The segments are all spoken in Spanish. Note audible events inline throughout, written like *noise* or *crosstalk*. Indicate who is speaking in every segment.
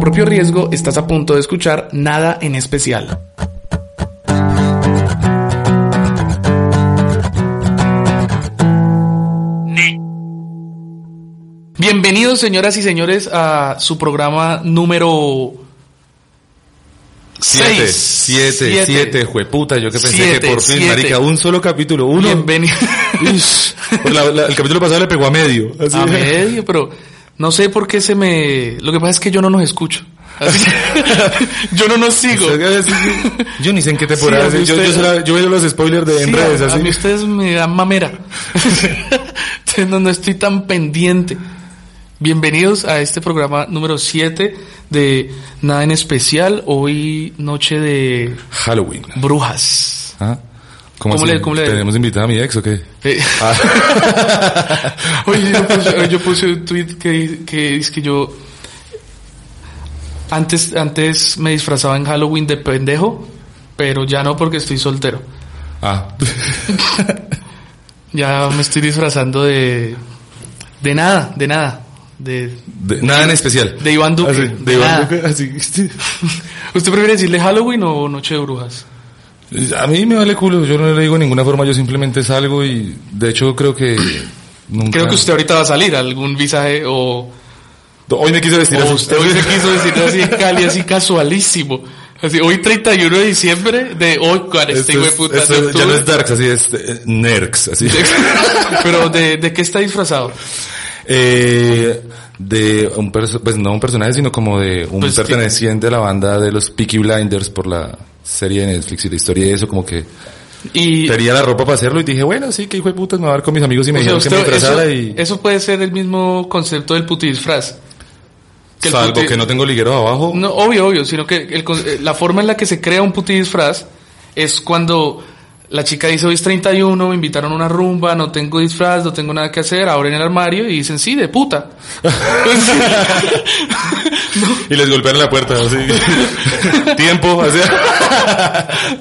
Speaker 1: propio riesgo, estás a punto de escuchar Nada en Especial. Bienvenidos, señoras y señores, a su programa número
Speaker 2: Siete,
Speaker 1: 6.
Speaker 2: siete, siete, jueputa. Yo que pensé
Speaker 1: Siete,
Speaker 2: que por fin,
Speaker 1: siete.
Speaker 2: marica, un solo capítulo, uno. *laughs*
Speaker 1: Bienvenidos.
Speaker 2: Ish. Pues la- la- el capítulo pasado le pegó a medio. así.
Speaker 1: A medio, pero no sé por qué se me. Lo que pasa es que yo no nos
Speaker 2: *laughs*
Speaker 1: escucho. Así que- yo no nos sigo.
Speaker 2: Usted a veces- Yo ni sé en qué temporada.
Speaker 1: Sí, a mí
Speaker 2: es, yo, yo
Speaker 1: usted-
Speaker 2: solo- yo veo los spoilers de en
Speaker 1: Sí,
Speaker 2: redes,
Speaker 1: a-
Speaker 2: así.
Speaker 1: A mí ustedes me dan mamera. *laughs* Entonces, no, no estoy tan pendiente. Bienvenidos a este programa número 7 de Nada en Especial. Hoy, noche de
Speaker 2: Halloween.
Speaker 1: brujas.
Speaker 2: Ah, ¿Cómo,
Speaker 1: ¿Cómo
Speaker 2: así?
Speaker 1: le- cómo le-
Speaker 2: ¿Tenemos invitada a mi ex o qué?
Speaker 1: Eh, *laughs*
Speaker 2: Ah.
Speaker 1: Oye, yo puse, oye, yo puse un tweet que, que es que yo antes, antes me disfrazaba en Halloween de pendejo, pero ya no porque estoy soltero.
Speaker 2: *laughs* Ah.
Speaker 1: Ya me estoy disfrazando de de nada, de nada. De,
Speaker 2: De- nada en especial.
Speaker 1: de Iván Duque.
Speaker 2: Así,
Speaker 1: Ah, de
Speaker 2: de Iván Ah.
Speaker 1: nada.
Speaker 2: Duque, así. *laughs*
Speaker 1: ¿Usted prefiere decirle Halloween o Noche de Brujas?
Speaker 2: A mí me vale culo, yo no le digo de ninguna forma, yo simplemente salgo y de hecho creo que nunca...
Speaker 1: Creo que usted ahorita va a salir a algún visaje o,
Speaker 2: Hoy me quiso decir
Speaker 1: o
Speaker 2: eso.
Speaker 1: Oh, usted hoy se quiso decir así
Speaker 2: *laughs*
Speaker 1: en Cali, así casualísimo. Así, hoy 31 de diciembre de hoy, ¿cuál? este
Speaker 2: Esto
Speaker 1: hijo de
Speaker 2: es-
Speaker 1: puta
Speaker 2: esto
Speaker 1: de
Speaker 2: ya no
Speaker 1: octubre.
Speaker 2: es Darks, así es eh, Nerks, así.
Speaker 1: *laughs* Pero de, de qué está disfrazado?
Speaker 2: *laughs* eh, de un perso- pues no un personaje, sino como de un
Speaker 1: Pues,
Speaker 2: perteneciente a la banda de los Peaky Blinders por la serie de Netflix y la historia de eso, como que
Speaker 1: Y
Speaker 2: tenía la ropa para hacerlo y dije, bueno, sí, que hijo de puta, me voy a ver con mis amigos y me
Speaker 1: o sea,
Speaker 2: dijeron que me
Speaker 1: usted- eso,
Speaker 2: disfrazara y...
Speaker 1: eso puede ser el mismo concepto del puti disfraz. Que el
Speaker 2: Salvo
Speaker 1: puti-
Speaker 2: que no tengo ligueros abajo.
Speaker 1: No, obvio, obvio, sino que el con- eh, la forma en la que se crea un puti disfraz es cuando la chica dice hoy es 31, me invitaron a una rumba, no tengo disfraz, no tengo nada que hacer, abren el armario y dicen sí, de puta. *laughs*
Speaker 2: Y les golpearon la puerta,
Speaker 1: *laughs*
Speaker 2: así. Tiempo, así.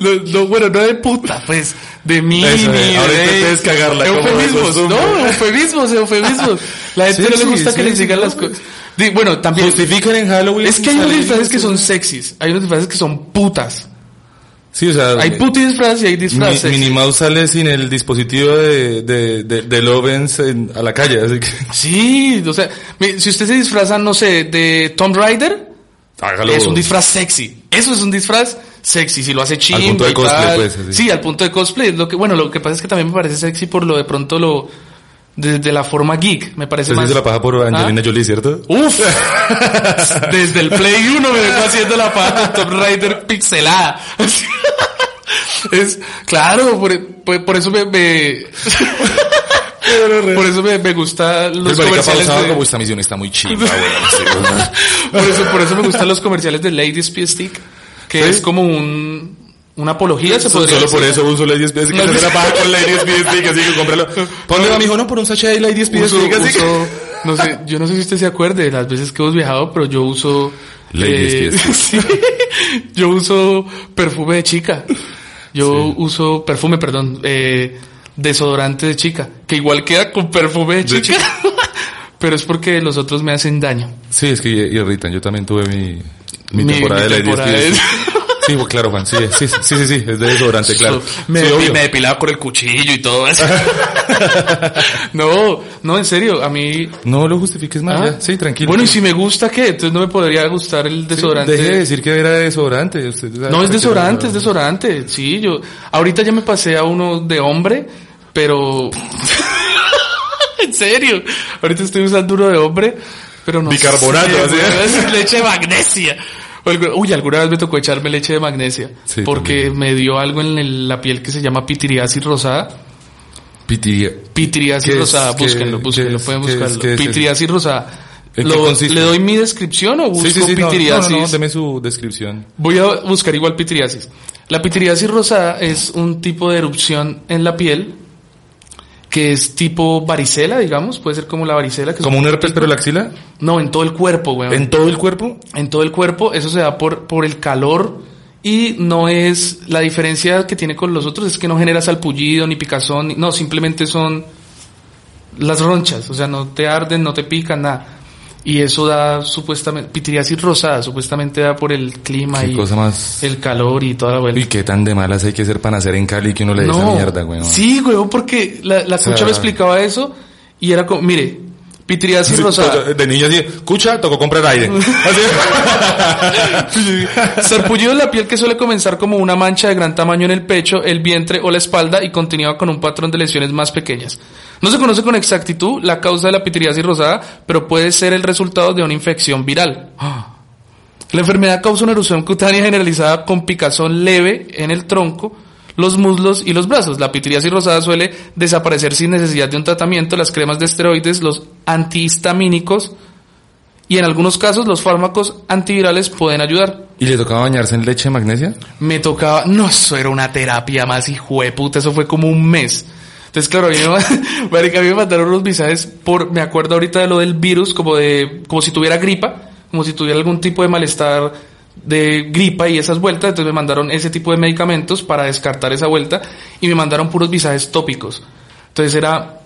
Speaker 1: No, no, bueno, no de puta, pues, de mí,
Speaker 2: Eso, eh, ahora
Speaker 1: de...
Speaker 2: intentes cagarla, como de
Speaker 1: Eufemismos,
Speaker 2: costumbre.
Speaker 1: no, eufemismos, eufemismos. La gente
Speaker 2: Sí,
Speaker 1: no le
Speaker 2: sí,
Speaker 1: gusta
Speaker 2: sí,
Speaker 1: que les
Speaker 2: sí,
Speaker 1: digan
Speaker 2: no,
Speaker 1: las cosas. Di- Bueno, también...
Speaker 2: Justifican en Halloween.
Speaker 1: Es que hay unos
Speaker 2: salir-
Speaker 1: disfraces que son sexys, hay unos disfraces que son putas.
Speaker 2: Sí, o sea. eh,
Speaker 1: Hay puti disfraz y hay disfraz
Speaker 2: Mi,
Speaker 1: sexy.
Speaker 2: Minnie Mouse sale sin el dispositivo de, de, de, de Lovens en- a la calle, así que. *laughs*
Speaker 1: Sí, o sea, mi- si usted se disfraza, no sé, de Tomb Raider,
Speaker 2: Hágalo.
Speaker 1: es un disfraz sexy. Eso es un disfraz sexy, si lo hace chimba
Speaker 2: punto de
Speaker 1: y
Speaker 2: cosplay,
Speaker 1: tal.
Speaker 2: pues, así.
Speaker 1: Sí, al punto de cosplay. es Lo que, bueno, lo que pasa es que también me parece sexy por lo de pronto lo... Desde la forma geek, me parece
Speaker 2: Pues Se
Speaker 1: más...
Speaker 2: hizo la paja
Speaker 1: Ah.
Speaker 2: por Angelina Jolie, ¿cierto?
Speaker 1: Uf, *laughs* desde el Play 1 me vengo haciendo la paja de Tomb Raider pixelada. *laughs* Es, claro, por, por- por eso me, me- por eso me, me gusta los
Speaker 2: El Pues, marica
Speaker 1: comerciales
Speaker 2: pausado
Speaker 1: de-
Speaker 2: como esta misión está muy *laughs* chimba, güey.
Speaker 1: *laughs* por, eso, por eso me gustan los comerciales de Lady Speed Stick, que
Speaker 2: Sí.
Speaker 1: es como un, una apología, se podría
Speaker 2: Solo por
Speaker 1: decir.
Speaker 2: eso uso Lady Speed, así que
Speaker 1: No,
Speaker 2: se hace
Speaker 1: no.
Speaker 2: la paja con Lady Speed, así que cómpralo. Ponle a mi hijo, no, por un sachet de Lady Speed,
Speaker 1: Uso-
Speaker 2: así que- así que-
Speaker 1: uso- no sé, yo no sé si usted se acuerde de las veces que hemos viajado, pero yo uso. eh,
Speaker 2: Ladies Fiesta.
Speaker 1: *laughs* sí, yo uso perfume de chica. Yo uso perfume, perdón, eh, desodorante de chica, que igual queda con perfume de
Speaker 2: De
Speaker 1: chica, *laughs* pero es porque los otros me hacen daño.
Speaker 2: Sí, es que irritan. Yo también tuve mi, mi,
Speaker 1: Mi- mi
Speaker 2: temporada de la
Speaker 1: temporada
Speaker 2: 10
Speaker 1: es-
Speaker 2: Sí, pues claro, Juan. Sí, sí, sí, sí, sí, es de desodorante, claro.
Speaker 1: So, me,
Speaker 2: sí,
Speaker 1: depi-
Speaker 2: obvio.
Speaker 1: me depilaba con el cuchillo y todo
Speaker 2: *laughs*
Speaker 1: eso. *laughs* no, no, en serio, a mí.
Speaker 2: No lo justifiques más,
Speaker 1: Ah,
Speaker 2: ya. Sí, tranquilo.
Speaker 1: Bueno, y si me gusta, ¿qué? Entonces no me podría gustar el
Speaker 2: Sí,
Speaker 1: desodorante.
Speaker 2: Deje de decir que era desodorante. usted sabe
Speaker 1: No, es
Speaker 2: que-
Speaker 1: desodorante, es desodorante. Sí, yo. Ahorita ya me pasé a uno de hombre, pero. *laughs* en serio. Ahorita estoy usando uno de hombre, pero no.
Speaker 2: Bicarbonato,
Speaker 1: sé,
Speaker 2: así.
Speaker 1: güey, es leche de magnesia. O algu- Uy, alguna vez me tocó echarme leche de magnesia.
Speaker 2: Sí,
Speaker 1: porque
Speaker 2: también.
Speaker 1: me dio algo en el- la piel que se llama pitiriasis rosada.
Speaker 2: Pitiría.
Speaker 1: Pitiriasis
Speaker 2: ¿Qué es?
Speaker 1: rosada,
Speaker 2: ¿Qué-
Speaker 1: búsquenlo,
Speaker 2: qué
Speaker 1: búsquenlo,
Speaker 2: es?
Speaker 1: pueden
Speaker 2: ¿Qué es?
Speaker 1: buscarlo.
Speaker 2: ¿Qué es eso?
Speaker 1: pitiriasis rosada.
Speaker 2: ¿En qué
Speaker 1: Lo-
Speaker 2: consiste?
Speaker 1: ¿Le doy mi descripción o busco
Speaker 2: Sí, sí, sí. No, no,
Speaker 1: pitiriasis?
Speaker 2: no, deme su descripción.
Speaker 1: Voy a buscar igual pitiriasis. La pitiriasis rosada es un tipo de erupción en la piel que es tipo varicela, digamos, puede ser como la varicela. Que es
Speaker 2: ¿Como un herpes pero la axila?
Speaker 1: No, en todo el cuerpo, weón.
Speaker 2: ¿En
Speaker 1: En,
Speaker 2: todo el cuerpo?
Speaker 1: todo el cuerpo, eso se da por, por el calor y no es... La diferencia que tiene con los otros es que no genera salpullido ni picazón, ni- no, simplemente son las ronchas, o sea, no te arden, no te pican, nada. Y eso da supuestamente, pitiriasis rosada, supuestamente da por el clima
Speaker 2: Qué
Speaker 1: y
Speaker 2: cosa más.
Speaker 1: el calor y toda la vuelta.
Speaker 2: Y qué tan de malas hay que ser para nacer en Cali que uno le dé esa mierda, güey. ¿no?
Speaker 1: Sí, güey, porque la, la cucha
Speaker 2: sea-
Speaker 1: me explicaba eso y era como, mire, pitiriasis
Speaker 2: Sí,
Speaker 1: rosada.
Speaker 2: pues, De niño así, escucha, tocó comprar aire.
Speaker 1: *laughs*
Speaker 2: Así. *laughs*
Speaker 1: Sarpullido en la piel que suele comenzar como una mancha de gran tamaño en el pecho, el vientre o la espalda y continúa con un patrón de lesiones más pequeñas. No se conoce con exactitud la causa de la pitiriasis rosada, pero puede ser el resultado de una infección viral. La enfermedad causa una erupción cutánea generalizada con picazón leve en el tronco, los muslos y los brazos. La pitiriasis rosada suele desaparecer sin necesidad de un tratamiento, las cremas de esteroides, los antihistamínicos y en algunos casos los fármacos antivirales pueden ayudar.
Speaker 2: ¿Y le tocaba bañarse en leche de magnesia?
Speaker 1: Me tocaba, no, eso era una terapia más hijo de puta, eso fue como un mes. Entonces, claro, a mí me, *laughs* marica, a mí me mandaron unos visajes por, me acuerdo ahorita de lo del virus, como de, como si tuviera gripa, como si tuviera algún tipo de malestar de gripa y esas vueltas, entonces me mandaron ese tipo de medicamentos para descartar esa vuelta y me mandaron puros visajes tópicos. Entonces era,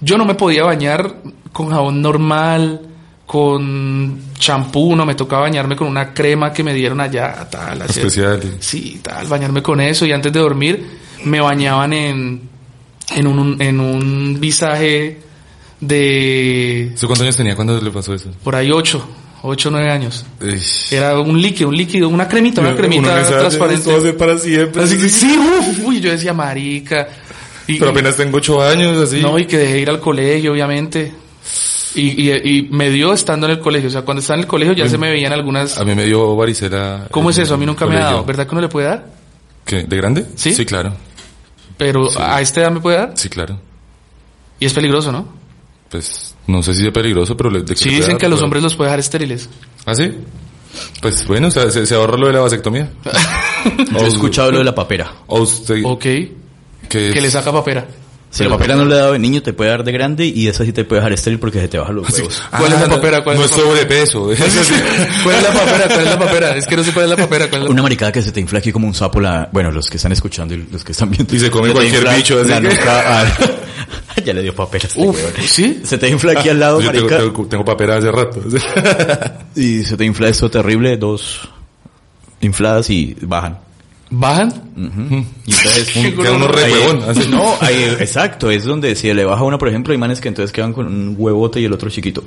Speaker 1: yo no me podía bañar con jabón normal, con champú, no, me tocaba bañarme con una crema que me dieron allá, tal, así.
Speaker 2: Especial.
Speaker 1: Sí, tal, bañarme con eso y antes de dormir me bañaban en, en, un, en un visaje de
Speaker 2: ¿Usted cuántos años tenía cuando le pasó eso?
Speaker 1: por ahí 8, 8 9 años.
Speaker 2: Uy.
Speaker 1: Era un líquido, un líquido, una cremita, una cremita
Speaker 2: Uno pensaba,
Speaker 1: transparente.
Speaker 2: Esto va a ser para siempre.
Speaker 1: Así que
Speaker 2: *laughs*
Speaker 1: sí, uf, uy, yo decía marica. Y,
Speaker 2: Pero apenas tengo ocho años, así.
Speaker 1: No, y que dejé de ir al colegio, obviamente. Y, y, y me dio estando en el colegio. O sea, cuando estaba en el colegio ya se me veían algunas...
Speaker 2: A mí me dio varicela.
Speaker 1: ¿Cómo es
Speaker 2: en
Speaker 1: eso? A mí nunca me ha
Speaker 2: colegio.
Speaker 1: dado. ¿Verdad que no le puede dar?
Speaker 2: ¿Qué? ¿De grande?
Speaker 1: ¿Sí?
Speaker 2: Sí, claro.
Speaker 1: Pero a esta edad me puede dar.
Speaker 2: Sí, claro.
Speaker 1: Y es peligroso, ¿no?
Speaker 2: Pues no sé si es peligroso, pero le de
Speaker 1: Sí,
Speaker 2: le
Speaker 1: dicen
Speaker 2: da,
Speaker 1: que a los
Speaker 2: pero-
Speaker 1: hombres los puede dejar estériles.
Speaker 2: ¿Ah, sí? Pues bueno, o sea, se, se ahorra lo de la vasectomía.
Speaker 3: Yo he escuchado lo de la papera.
Speaker 2: O usted.
Speaker 1: Ok.
Speaker 2: que es-
Speaker 1: Que le saca papera.
Speaker 3: Si la papera no le da de niño, te puede dar de grande y esa sí te puede dejar estéril porque se te bajan los
Speaker 2: Ah,
Speaker 3: huevos.
Speaker 1: ¿Cuál es la
Speaker 2: no-
Speaker 1: papera? ¿Cuál
Speaker 2: no
Speaker 1: es
Speaker 2: es
Speaker 1: la
Speaker 2: sobrepeso.
Speaker 1: ¿Cuál es la papera? ¿Cuál es la papera? Es que no sé cuál es la papera. ¿Cuál es la...
Speaker 3: Una maricada que se te infla aquí como un sapo. La, bueno, los que están escuchando y los que están viendo.
Speaker 2: Y se come
Speaker 3: te
Speaker 2: cualquier
Speaker 3: infla
Speaker 2: bicho, así
Speaker 3: la
Speaker 2: que- *laughs*
Speaker 3: nuca al- *laughs* ya le dio papera a este huevón.
Speaker 1: Uf, ¿sí?
Speaker 3: Se te infla aquí al lado,
Speaker 2: Yo tengo,
Speaker 3: marica.
Speaker 2: tengo, tengo papera hace rato.
Speaker 3: Y se te infla esto terrible. Dos infladas y bajan.
Speaker 1: ¿Bajan?
Speaker 2: *laughs*
Speaker 3: Y entonces...
Speaker 1: Qué
Speaker 2: Queda uno re
Speaker 3: ahí-
Speaker 2: huevón, así.
Speaker 3: no, ahí- exacto, es donde si le baja una, por ejemplo, hay manes que entonces quedan con un huevote y el otro chiquito.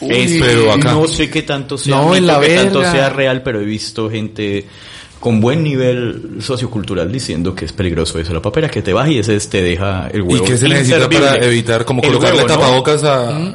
Speaker 3: Es-
Speaker 2: pero acá.
Speaker 3: No sé qué tanto sea,
Speaker 1: No,
Speaker 3: mito,
Speaker 1: en la
Speaker 3: qué tanto
Speaker 1: verga.
Speaker 3: sea real, pero he visto gente con buen nivel sociocultural diciendo que es peligroso eso, la papera que te baja y ese es- te deja el
Speaker 2: ¿Y
Speaker 3: huevo.
Speaker 2: qué se necesita
Speaker 3: inservible.
Speaker 2: para evitar, como
Speaker 3: El
Speaker 2: colocarle
Speaker 3: huevo, ¿no?
Speaker 2: tapabocas a...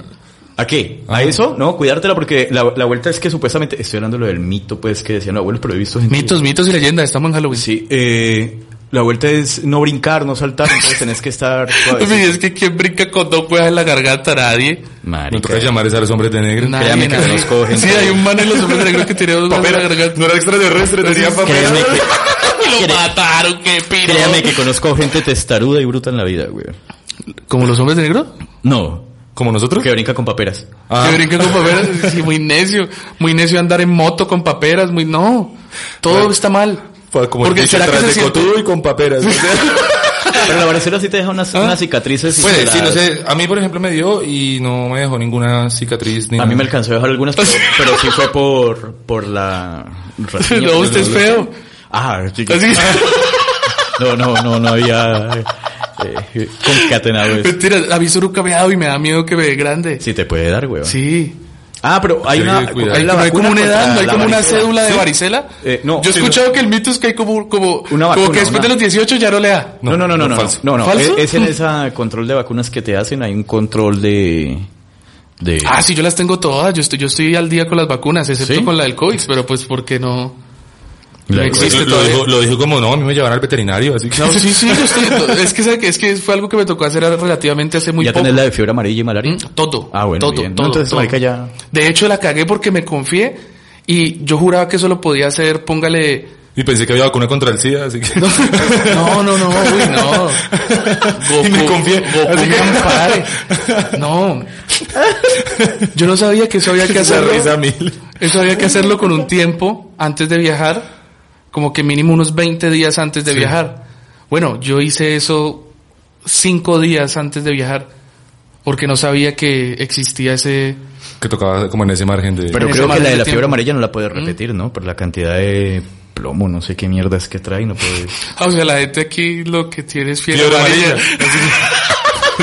Speaker 3: ¿A qué? ¿A
Speaker 2: Ah.
Speaker 3: eso? No, cuidártela porque la, la vuelta es que supuestamente, estoy hablando de lo del mito, pues, que decían los abuelos, pero he visto gente...
Speaker 1: Mitos, mitos y leyendas. Estamos en Halloween. *laughs*
Speaker 3: Sí, eh, la vuelta es no brincar, no saltar, entonces tenés
Speaker 2: *laughs*
Speaker 3: que estar...
Speaker 1: Uy,
Speaker 3: suavecito.
Speaker 1: es que ¿quién brinca con dos cuevas en la garganta? Nadie.
Speaker 2: Me
Speaker 3: Marica.
Speaker 2: toca llamar a esos hombres de negro.
Speaker 1: Nadie,
Speaker 3: Créame que
Speaker 1: nadie.
Speaker 3: conozco gente.
Speaker 1: Sí, hay un man en los hombres negros que tiene dos cuevas en la garganta.
Speaker 2: *laughs* No era extraterrestre, tenía *laughs*
Speaker 3: Créeme que-
Speaker 1: Lo mataron, qué piro.
Speaker 3: Créame que conozco gente testaruda y bruta en la vida, güey.
Speaker 1: ¿Como los hombres de negro?
Speaker 3: No,
Speaker 2: ¿Como nosotros?
Speaker 3: que brinca con paperas.
Speaker 2: Ah.
Speaker 1: Que brinca con paperas. Sí, muy necio. Muy necio andar en moto con paperas. Muy, no. Todo está mal.
Speaker 2: Fue Como
Speaker 1: Porque
Speaker 2: el dicho,
Speaker 1: será que
Speaker 2: tras
Speaker 1: se
Speaker 2: de
Speaker 1: siente-
Speaker 2: cotudo y con paperas. *laughs*
Speaker 3: Pero la varicela sí te deja
Speaker 1: Ah.
Speaker 3: unas, unas cicatrices.
Speaker 2: Pues, sí,
Speaker 3: infeladas.
Speaker 2: no sé. A mí, por ejemplo, me dio y no me dejó ninguna cicatriz. Ni
Speaker 3: A mí me
Speaker 2: nada.
Speaker 3: alcanzó a dejar algunas, pero, pero sí fue por, por la...
Speaker 1: *laughs*
Speaker 3: raciña.
Speaker 1: No, usted es feo.
Speaker 3: Ah, sí que-
Speaker 1: Así
Speaker 3: No, no, no, no había eh, concatenado eso.
Speaker 1: Mentira, a mí Zuru cambiado y me da miedo que me dé grande.
Speaker 3: Sí te puede dar, güey.
Speaker 1: Sí.
Speaker 3: Ah, pero hay
Speaker 2: Sí,
Speaker 3: una...
Speaker 2: cuidado.
Speaker 3: hay la
Speaker 1: no hay
Speaker 3: vacuna
Speaker 1: como una edad,
Speaker 3: contra
Speaker 1: no hay
Speaker 3: la
Speaker 1: como una
Speaker 3: varicela.
Speaker 1: cédula de
Speaker 3: Sí.
Speaker 1: varicela.
Speaker 3: Eh, no,
Speaker 1: Yo he
Speaker 3: sí,
Speaker 1: escuchado que el mito es que hay como, como,
Speaker 3: Una
Speaker 1: como
Speaker 3: vacuna,
Speaker 1: que después
Speaker 3: una-
Speaker 1: de los 18 ya no le da.
Speaker 3: No, no, no, no, no, no,
Speaker 2: falso.
Speaker 3: no, no.
Speaker 1: ¿Falso?
Speaker 3: Es, es en ese control de vacunas que te hacen, hay un control de... de
Speaker 1: Ah, sí, yo las tengo todas. Yo estoy, yo estoy al día con las vacunas, excepto
Speaker 3: ¿Sí?
Speaker 1: con la del COVID, pero pues porque no.
Speaker 3: La
Speaker 1: no
Speaker 3: del
Speaker 1: existe
Speaker 2: lo,
Speaker 1: todavía.
Speaker 2: dijo, lo dijo como, no, a mí me llevaron al veterinario, así que...
Speaker 1: No, sí, sí, yo estoy. *laughs* Es que, ¿sabe qué? es que fue algo que me tocó hacer relativamente hace muy
Speaker 3: ya
Speaker 1: poco.
Speaker 3: tenés la de fiebre amarilla y malaria.
Speaker 1: Mm, Todo.
Speaker 3: Ah, bueno,
Speaker 1: todo,
Speaker 3: bien. No,
Speaker 1: todo,
Speaker 3: entonces,
Speaker 1: todo.
Speaker 3: marica, ya-
Speaker 1: De hecho, la cagué porque me confié y yo juraba que eso lo podía hacer, póngale.
Speaker 2: *laughs*
Speaker 1: pues,
Speaker 2: Y pensé que había vacuna contra el SIDA, así *laughs* que...
Speaker 1: No, no, no, uy, no.
Speaker 3: *laughs*
Speaker 1: Goku,
Speaker 2: Y me confié,
Speaker 1: Goku
Speaker 2: así que- *laughs*
Speaker 1: Gampare. No. Yo no sabía que eso había que
Speaker 2: Esa
Speaker 1: hacerlo.
Speaker 2: risa mil.
Speaker 1: Eso había que hacerlo con un tiempo antes de viajar, como que mínimo unos 20 días antes de viajar. Bueno, yo hice eso cinco días antes de viajar, porque no sabía que existía ese,
Speaker 2: que tocaba como en ese margen de...
Speaker 3: Pero
Speaker 1: En
Speaker 3: creo
Speaker 1: ese
Speaker 3: que la de
Speaker 1: margen
Speaker 3: la
Speaker 1: de
Speaker 3: fiebre
Speaker 1: tiempo. Mm.
Speaker 3: amarilla no la puedes repetir, ¿no? Por la cantidad de plomo, no sé qué mierdas que trae,
Speaker 1: *laughs*
Speaker 3: no puedes...
Speaker 1: Ah, O sea, la gente aquí lo que tiene es fiebre,
Speaker 2: Fiebre
Speaker 1: amarilla.
Speaker 2: amarilla.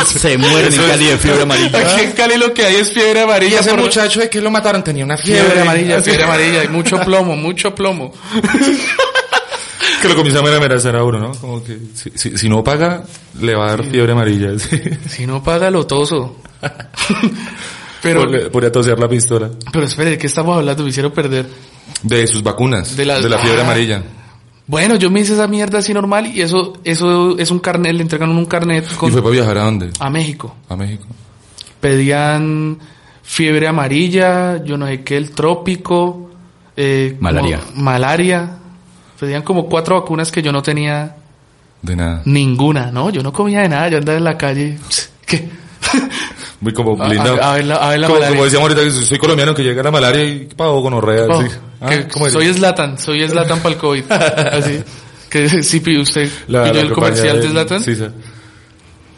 Speaker 3: Se mueren en Cali de fiebre amarilla.
Speaker 1: Aquí en Cali lo que hay es fiebre amarilla. por-
Speaker 2: de que lo mataron tenía una
Speaker 1: Fiebre amarilla, fiebre amarilla. Hay mucho plomo, mucho plomo.
Speaker 2: Que lo comienza a amenazar a uno, ¿no? Como que si, si- si no paga, le va a dar fiebre amarilla. *laughs* sí.
Speaker 1: Si no paga lo
Speaker 2: *laughs*
Speaker 1: toso. Pero,
Speaker 2: Podría- podría toser la pistola.
Speaker 1: pero espere, ¿de qué estamos hablando? Me hicieron perder.
Speaker 2: De sus vacunas.
Speaker 1: De
Speaker 2: De,
Speaker 1: las-
Speaker 2: la fiebre
Speaker 1: Ah.
Speaker 2: amarilla.
Speaker 1: Bueno, yo me hice esa mierda así normal y eso, eso es un carnet, le entregan un carnet con-
Speaker 2: ¿Y fue para viajar a dónde?
Speaker 1: a México.
Speaker 2: A México.
Speaker 1: Pedían fiebre amarilla, yo no sé qué, el trópico, eh, como-
Speaker 3: Malaria.
Speaker 1: malaria. Pedían como cuatro vacunas que yo no tenía
Speaker 2: De nada.
Speaker 1: ninguna, ¿no? Yo no comía de nada, yo andaba en la calle. *laughs* ¿Qué?
Speaker 2: Muy como
Speaker 1: A-
Speaker 2: blindado.
Speaker 1: a- a ver la- a ver Ah, la
Speaker 2: como,
Speaker 1: malaria.
Speaker 2: como decíamos ahorita, que soy colombiano que llega la malaria y pago con orrea.
Speaker 1: Oh,
Speaker 2: sí. Ah,
Speaker 1: que
Speaker 2: ¿cómo eres?
Speaker 1: soy Slatan, soy Slatan para el COVID.
Speaker 2: *laughs*
Speaker 1: Así. Que sí, pi- usted pilló
Speaker 2: La- la
Speaker 1: el
Speaker 2: campaña
Speaker 1: comercial de
Speaker 2: del-
Speaker 1: Slatan.
Speaker 2: Sí, sí.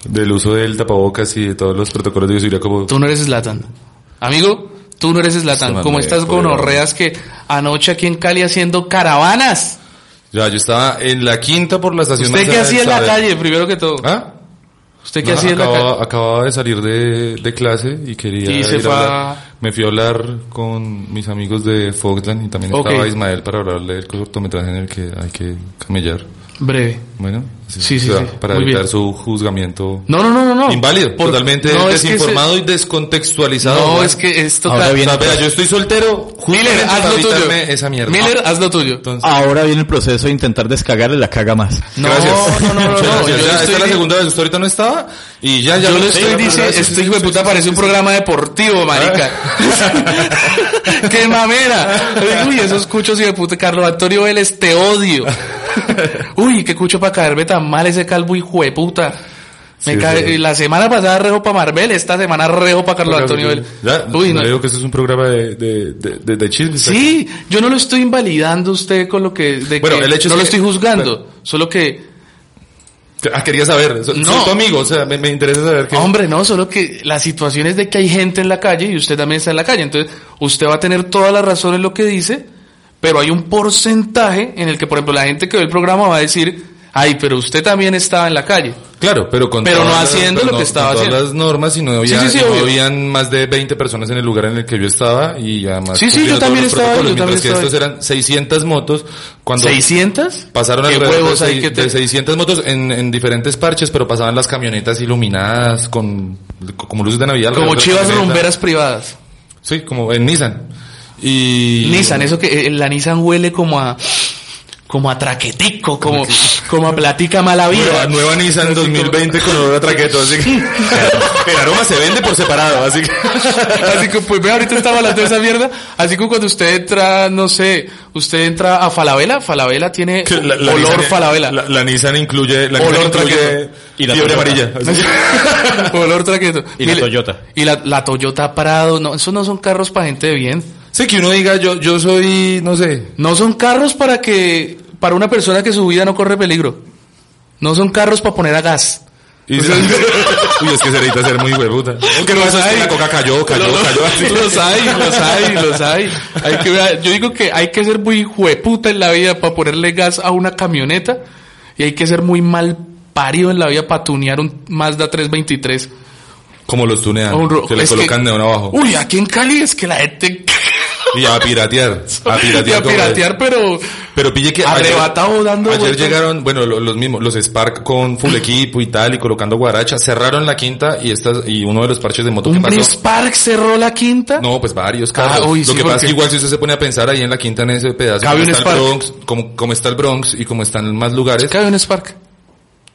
Speaker 2: Del uso del tapabocas y de todos los protocolos de seguridad como...
Speaker 1: Tú no eres Slatan. Amigo, tú no eres Slatan.
Speaker 2: Esta
Speaker 1: Como
Speaker 2: manera,
Speaker 1: estas
Speaker 2: por favor.
Speaker 1: gonorreas que anoche aquí en Cali haciendo caravanas.
Speaker 2: Ya, yo estaba en la quinta por la estación...
Speaker 1: ¿Usted qué
Speaker 2: Manzana
Speaker 1: hacía
Speaker 2: de
Speaker 1: en la
Speaker 2: Isabel.
Speaker 1: calle, primero que todo?
Speaker 2: ¿Ah?
Speaker 1: ¿Usted qué
Speaker 2: No,
Speaker 1: hacía en la
Speaker 2: acababa,
Speaker 1: calle?
Speaker 2: acababa de salir de, de clase y quería
Speaker 1: Y se
Speaker 2: ir
Speaker 1: fue a-
Speaker 2: hablar. Me fui a hablar con mis amigos de Fogland y también
Speaker 1: Ok.
Speaker 2: estaba Ismael para hablarle del cortometraje en el que hay que camellar.
Speaker 1: Breve.
Speaker 2: Bueno,
Speaker 1: Sí, sí, sí.
Speaker 2: para
Speaker 1: Muy
Speaker 2: evitar
Speaker 1: bien.
Speaker 2: su juzgamiento
Speaker 1: No, no, no, no. no.
Speaker 2: inválido,
Speaker 1: Por-
Speaker 2: totalmente
Speaker 1: no, es que
Speaker 2: desinformado
Speaker 1: ese-
Speaker 2: y descontextualizado.
Speaker 1: No,
Speaker 2: ¿no?
Speaker 1: es que es total.
Speaker 3: Ahora
Speaker 2: O
Speaker 3: viene
Speaker 2: sea, vea, yo estoy soltero.
Speaker 1: Miller,
Speaker 2: justamente
Speaker 1: haz
Speaker 2: para
Speaker 1: lo tuyo.
Speaker 2: evitarme esa mierda.
Speaker 1: Miller, haz lo tuyo.
Speaker 2: Entonces,
Speaker 3: Ahora viene el proceso de intentar descagarle la caga más.
Speaker 1: No,
Speaker 2: Ah, gracias. *laughs*
Speaker 1: no, no, no, no.
Speaker 2: Muchas
Speaker 1: Yo
Speaker 2: gracias.
Speaker 1: le
Speaker 2: Ya, esta
Speaker 1: estoy
Speaker 2: es la
Speaker 1: di-
Speaker 2: segunda vez. Usted ahorita no estaba y ya, ya.
Speaker 1: Yo le
Speaker 2: lo- Sí,
Speaker 1: estoy
Speaker 2: la
Speaker 1: diciendo,
Speaker 2: verdad, sí,
Speaker 1: este
Speaker 2: sí,
Speaker 1: hijo de
Speaker 2: sí,
Speaker 1: puta
Speaker 2: sí,
Speaker 1: parece
Speaker 2: sí,
Speaker 1: un
Speaker 2: sí.
Speaker 1: programa deportivo,
Speaker 2: *laughs*
Speaker 1: marica. ¡Qué mamera! Uy, esos cuchos y de puta, Carlos Antonio Vélez, te odio. Uy, qué cucho para caerme tan mal ese calvo hijo de puta. Me
Speaker 2: Sí,
Speaker 1: cae-
Speaker 2: sí.
Speaker 1: La semana pasada rejo para Marvel, esta semana rejo para Carlos Antonio Vélez.
Speaker 2: Ya,
Speaker 1: Uy, no.
Speaker 2: le digo que este es un programa de, de, de, de- de chismes.
Speaker 1: Sí, yo no lo estoy invalidando a usted con lo que... de
Speaker 2: Bueno,
Speaker 1: que
Speaker 2: el hecho es
Speaker 1: no lo
Speaker 2: que-
Speaker 1: estoy juzgando, solo que...
Speaker 2: Ah, quería saber. So-
Speaker 1: No.
Speaker 2: Soy tu amigo, o sea, me, me interesa saber que...
Speaker 1: Hombre, no, solo que la situación es de que hay gente en la calle y usted también está en la calle. Entonces, usted va a tener toda la razón en lo que dice, pero hay un porcentaje en el que, por ejemplo, la gente que ve el programa va a decir, ay, pero usted también estaba en la calle.
Speaker 2: Claro, pero con
Speaker 1: Pero no
Speaker 2: todas las-
Speaker 1: haciendo
Speaker 2: pero
Speaker 1: lo que
Speaker 2: no-
Speaker 1: estaba
Speaker 2: con todas
Speaker 1: haciendo.
Speaker 2: las normas y no, había,
Speaker 1: sí, sí,
Speaker 2: y no
Speaker 1: obvio.
Speaker 2: habían más de 20 personas en el lugar en el que yo estaba y además...
Speaker 1: Sí, sí, yo
Speaker 2: cumpliendo todos
Speaker 1: también
Speaker 2: los
Speaker 1: estaba ahí,
Speaker 2: protocolos,
Speaker 1: yo también
Speaker 2: mientras que
Speaker 1: estaba
Speaker 2: estos eran 600 motos cuando...
Speaker 1: ¿600?
Speaker 2: Pasaron
Speaker 1: ¿Qué
Speaker 2: alrededor
Speaker 1: huevos
Speaker 2: de,
Speaker 1: hay
Speaker 2: seis-
Speaker 1: que te-
Speaker 2: de 600 motos en, en diferentes parches, pero pasaban las camionetas iluminadas con como luces de Navidad.
Speaker 1: Como
Speaker 2: alrededor de la
Speaker 1: chivas
Speaker 2: camioneta.
Speaker 1: rumberas privadas.
Speaker 2: Sí, como en Nissan. Y...
Speaker 1: Nissan, eso que eh, la Nissan huele como a... Como a traquetico, como, como a platica mala
Speaker 2: Nueva,
Speaker 1: vida.
Speaker 2: nueva Nissan 2020 con olor a traqueto, así *laughs* que el aroma se vende por separado, así que
Speaker 1: *laughs* Así que, pues, ve, ahorita estaba hablando de esa mierda. Así que cuando usted entra, no sé, usted entra a Falabella, Falabella tiene
Speaker 2: que la- la
Speaker 1: olor
Speaker 2: Nissan-
Speaker 1: Falabella.
Speaker 2: La, la Nissan incluye la
Speaker 1: Olor
Speaker 2: Nissan incluye
Speaker 1: traqueto.
Speaker 3: Y la
Speaker 2: fiebre
Speaker 3: Toyota.
Speaker 2: amarilla. así
Speaker 1: *laughs*
Speaker 2: que-
Speaker 1: olor traqueto.
Speaker 3: Y la
Speaker 1: Mire,
Speaker 3: Toyota.
Speaker 1: Y la, la Toyota Prado, no, esos no son carros para gente de bien.
Speaker 2: Sí, que uno diga yo yo soy, no sé,
Speaker 1: No son carros para que, para una persona que su vida no corre peligro. No son carros para poner a gas.
Speaker 2: y *laughs* uy, es que se necesita ser muy huevuta. Aunque no eso es que la coca cayó, cayó,
Speaker 1: los,
Speaker 2: cayó *laughs* así.
Speaker 1: los hay, los hay, los hay. Hay que ver- yo digo que hay que ser muy jueputa en la vida para ponerle gas a una camioneta y hay que ser muy mal parido en la vida para tunear un Mazda 323.
Speaker 2: Como los tunean,
Speaker 1: o un ro-
Speaker 2: Ah, que Uh. le
Speaker 1: es
Speaker 2: colocan neón abajo
Speaker 1: Uy, aquí en Cali es que la gente... *laughs*
Speaker 2: y a *laughs* piratear, a
Speaker 1: y
Speaker 2: piratear,
Speaker 1: a
Speaker 2: como-
Speaker 1: piratear, pero...
Speaker 2: Pero pille que ayer-
Speaker 1: Arrebatado dando
Speaker 2: Ayer
Speaker 1: vueltas.
Speaker 2: llegaron, bueno, lo- los mismos, los Spark con full equipo y tal, y colocando guaracha, cerraron la quinta y estas, y uno de los parches de moto que
Speaker 1: ¿Un
Speaker 2: pasó.
Speaker 1: Briz Park cerró la quinta?
Speaker 2: No, pues varios carros.
Speaker 1: uy, sí,
Speaker 2: lo que pasa es
Speaker 1: porque-
Speaker 2: que igual si usted se pone a pensar ahí en la quinta en ese pedazo,
Speaker 1: Cabe
Speaker 2: como
Speaker 1: un
Speaker 2: está, el
Speaker 1: Spark.
Speaker 2: Bronx, como, como está el Bronx y como están más lugares,
Speaker 1: Cabe un Spark.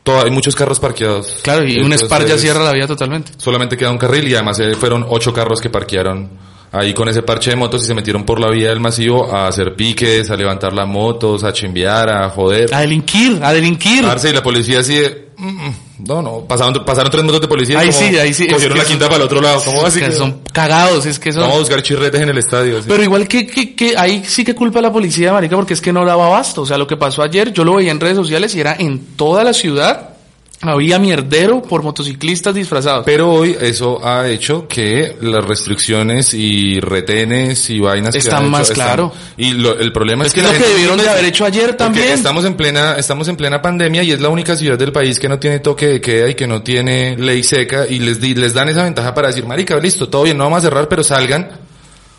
Speaker 2: todo- hay muchos carros parqueados.
Speaker 1: Claro, y un
Speaker 2: Entonces,
Speaker 1: Spark ya cierra la vida totalmente.
Speaker 2: Solamente queda un carril y además eh, fueron ocho carros que parquearon ahí con ese parche de motos y se metieron por la vía del masivo a hacer piques, a levantar las motos, a chimbear, a joder.
Speaker 1: A delinquir, a delinquir.
Speaker 2: Parce, y la policía así de... "Mm, mm". No, no, pasaron, pasaron tres motos de policía. y
Speaker 1: Ahí
Speaker 2: como
Speaker 1: sí, ahí sí, es
Speaker 2: Cogieron
Speaker 1: que
Speaker 2: la
Speaker 1: son-
Speaker 2: quinta para el otro lado. ¿Cómo así?
Speaker 1: que
Speaker 2: que-
Speaker 1: son cagados, es que son...
Speaker 2: Vamos a buscar chirretes en el estadio. así.
Speaker 1: Pero igual que, que, que ahí sí que culpa a la policía, marica, porque es que no daba abasto. O sea, lo que pasó ayer, yo lo veía en redes sociales y era en toda la ciudad Había mierdero por motociclistas disfrazados.
Speaker 2: Pero hoy eso ha hecho que las restricciones y retenes y vainas que
Speaker 1: Están
Speaker 2: han
Speaker 1: más
Speaker 2: hecho
Speaker 1: claro.
Speaker 2: y lo- el problema es,
Speaker 1: es que es lo
Speaker 2: la
Speaker 1: que
Speaker 2: gente-
Speaker 1: debieron de haber hecho ayer
Speaker 2: porque
Speaker 1: también.
Speaker 2: Estamos en plena estamos en plena pandemia y es la única ciudad del país que no tiene toque de queda y que no tiene ley seca y les di- les dan esa ventaja para decir, "Marica, listo, todo bien, no vamos a cerrar, pero salgan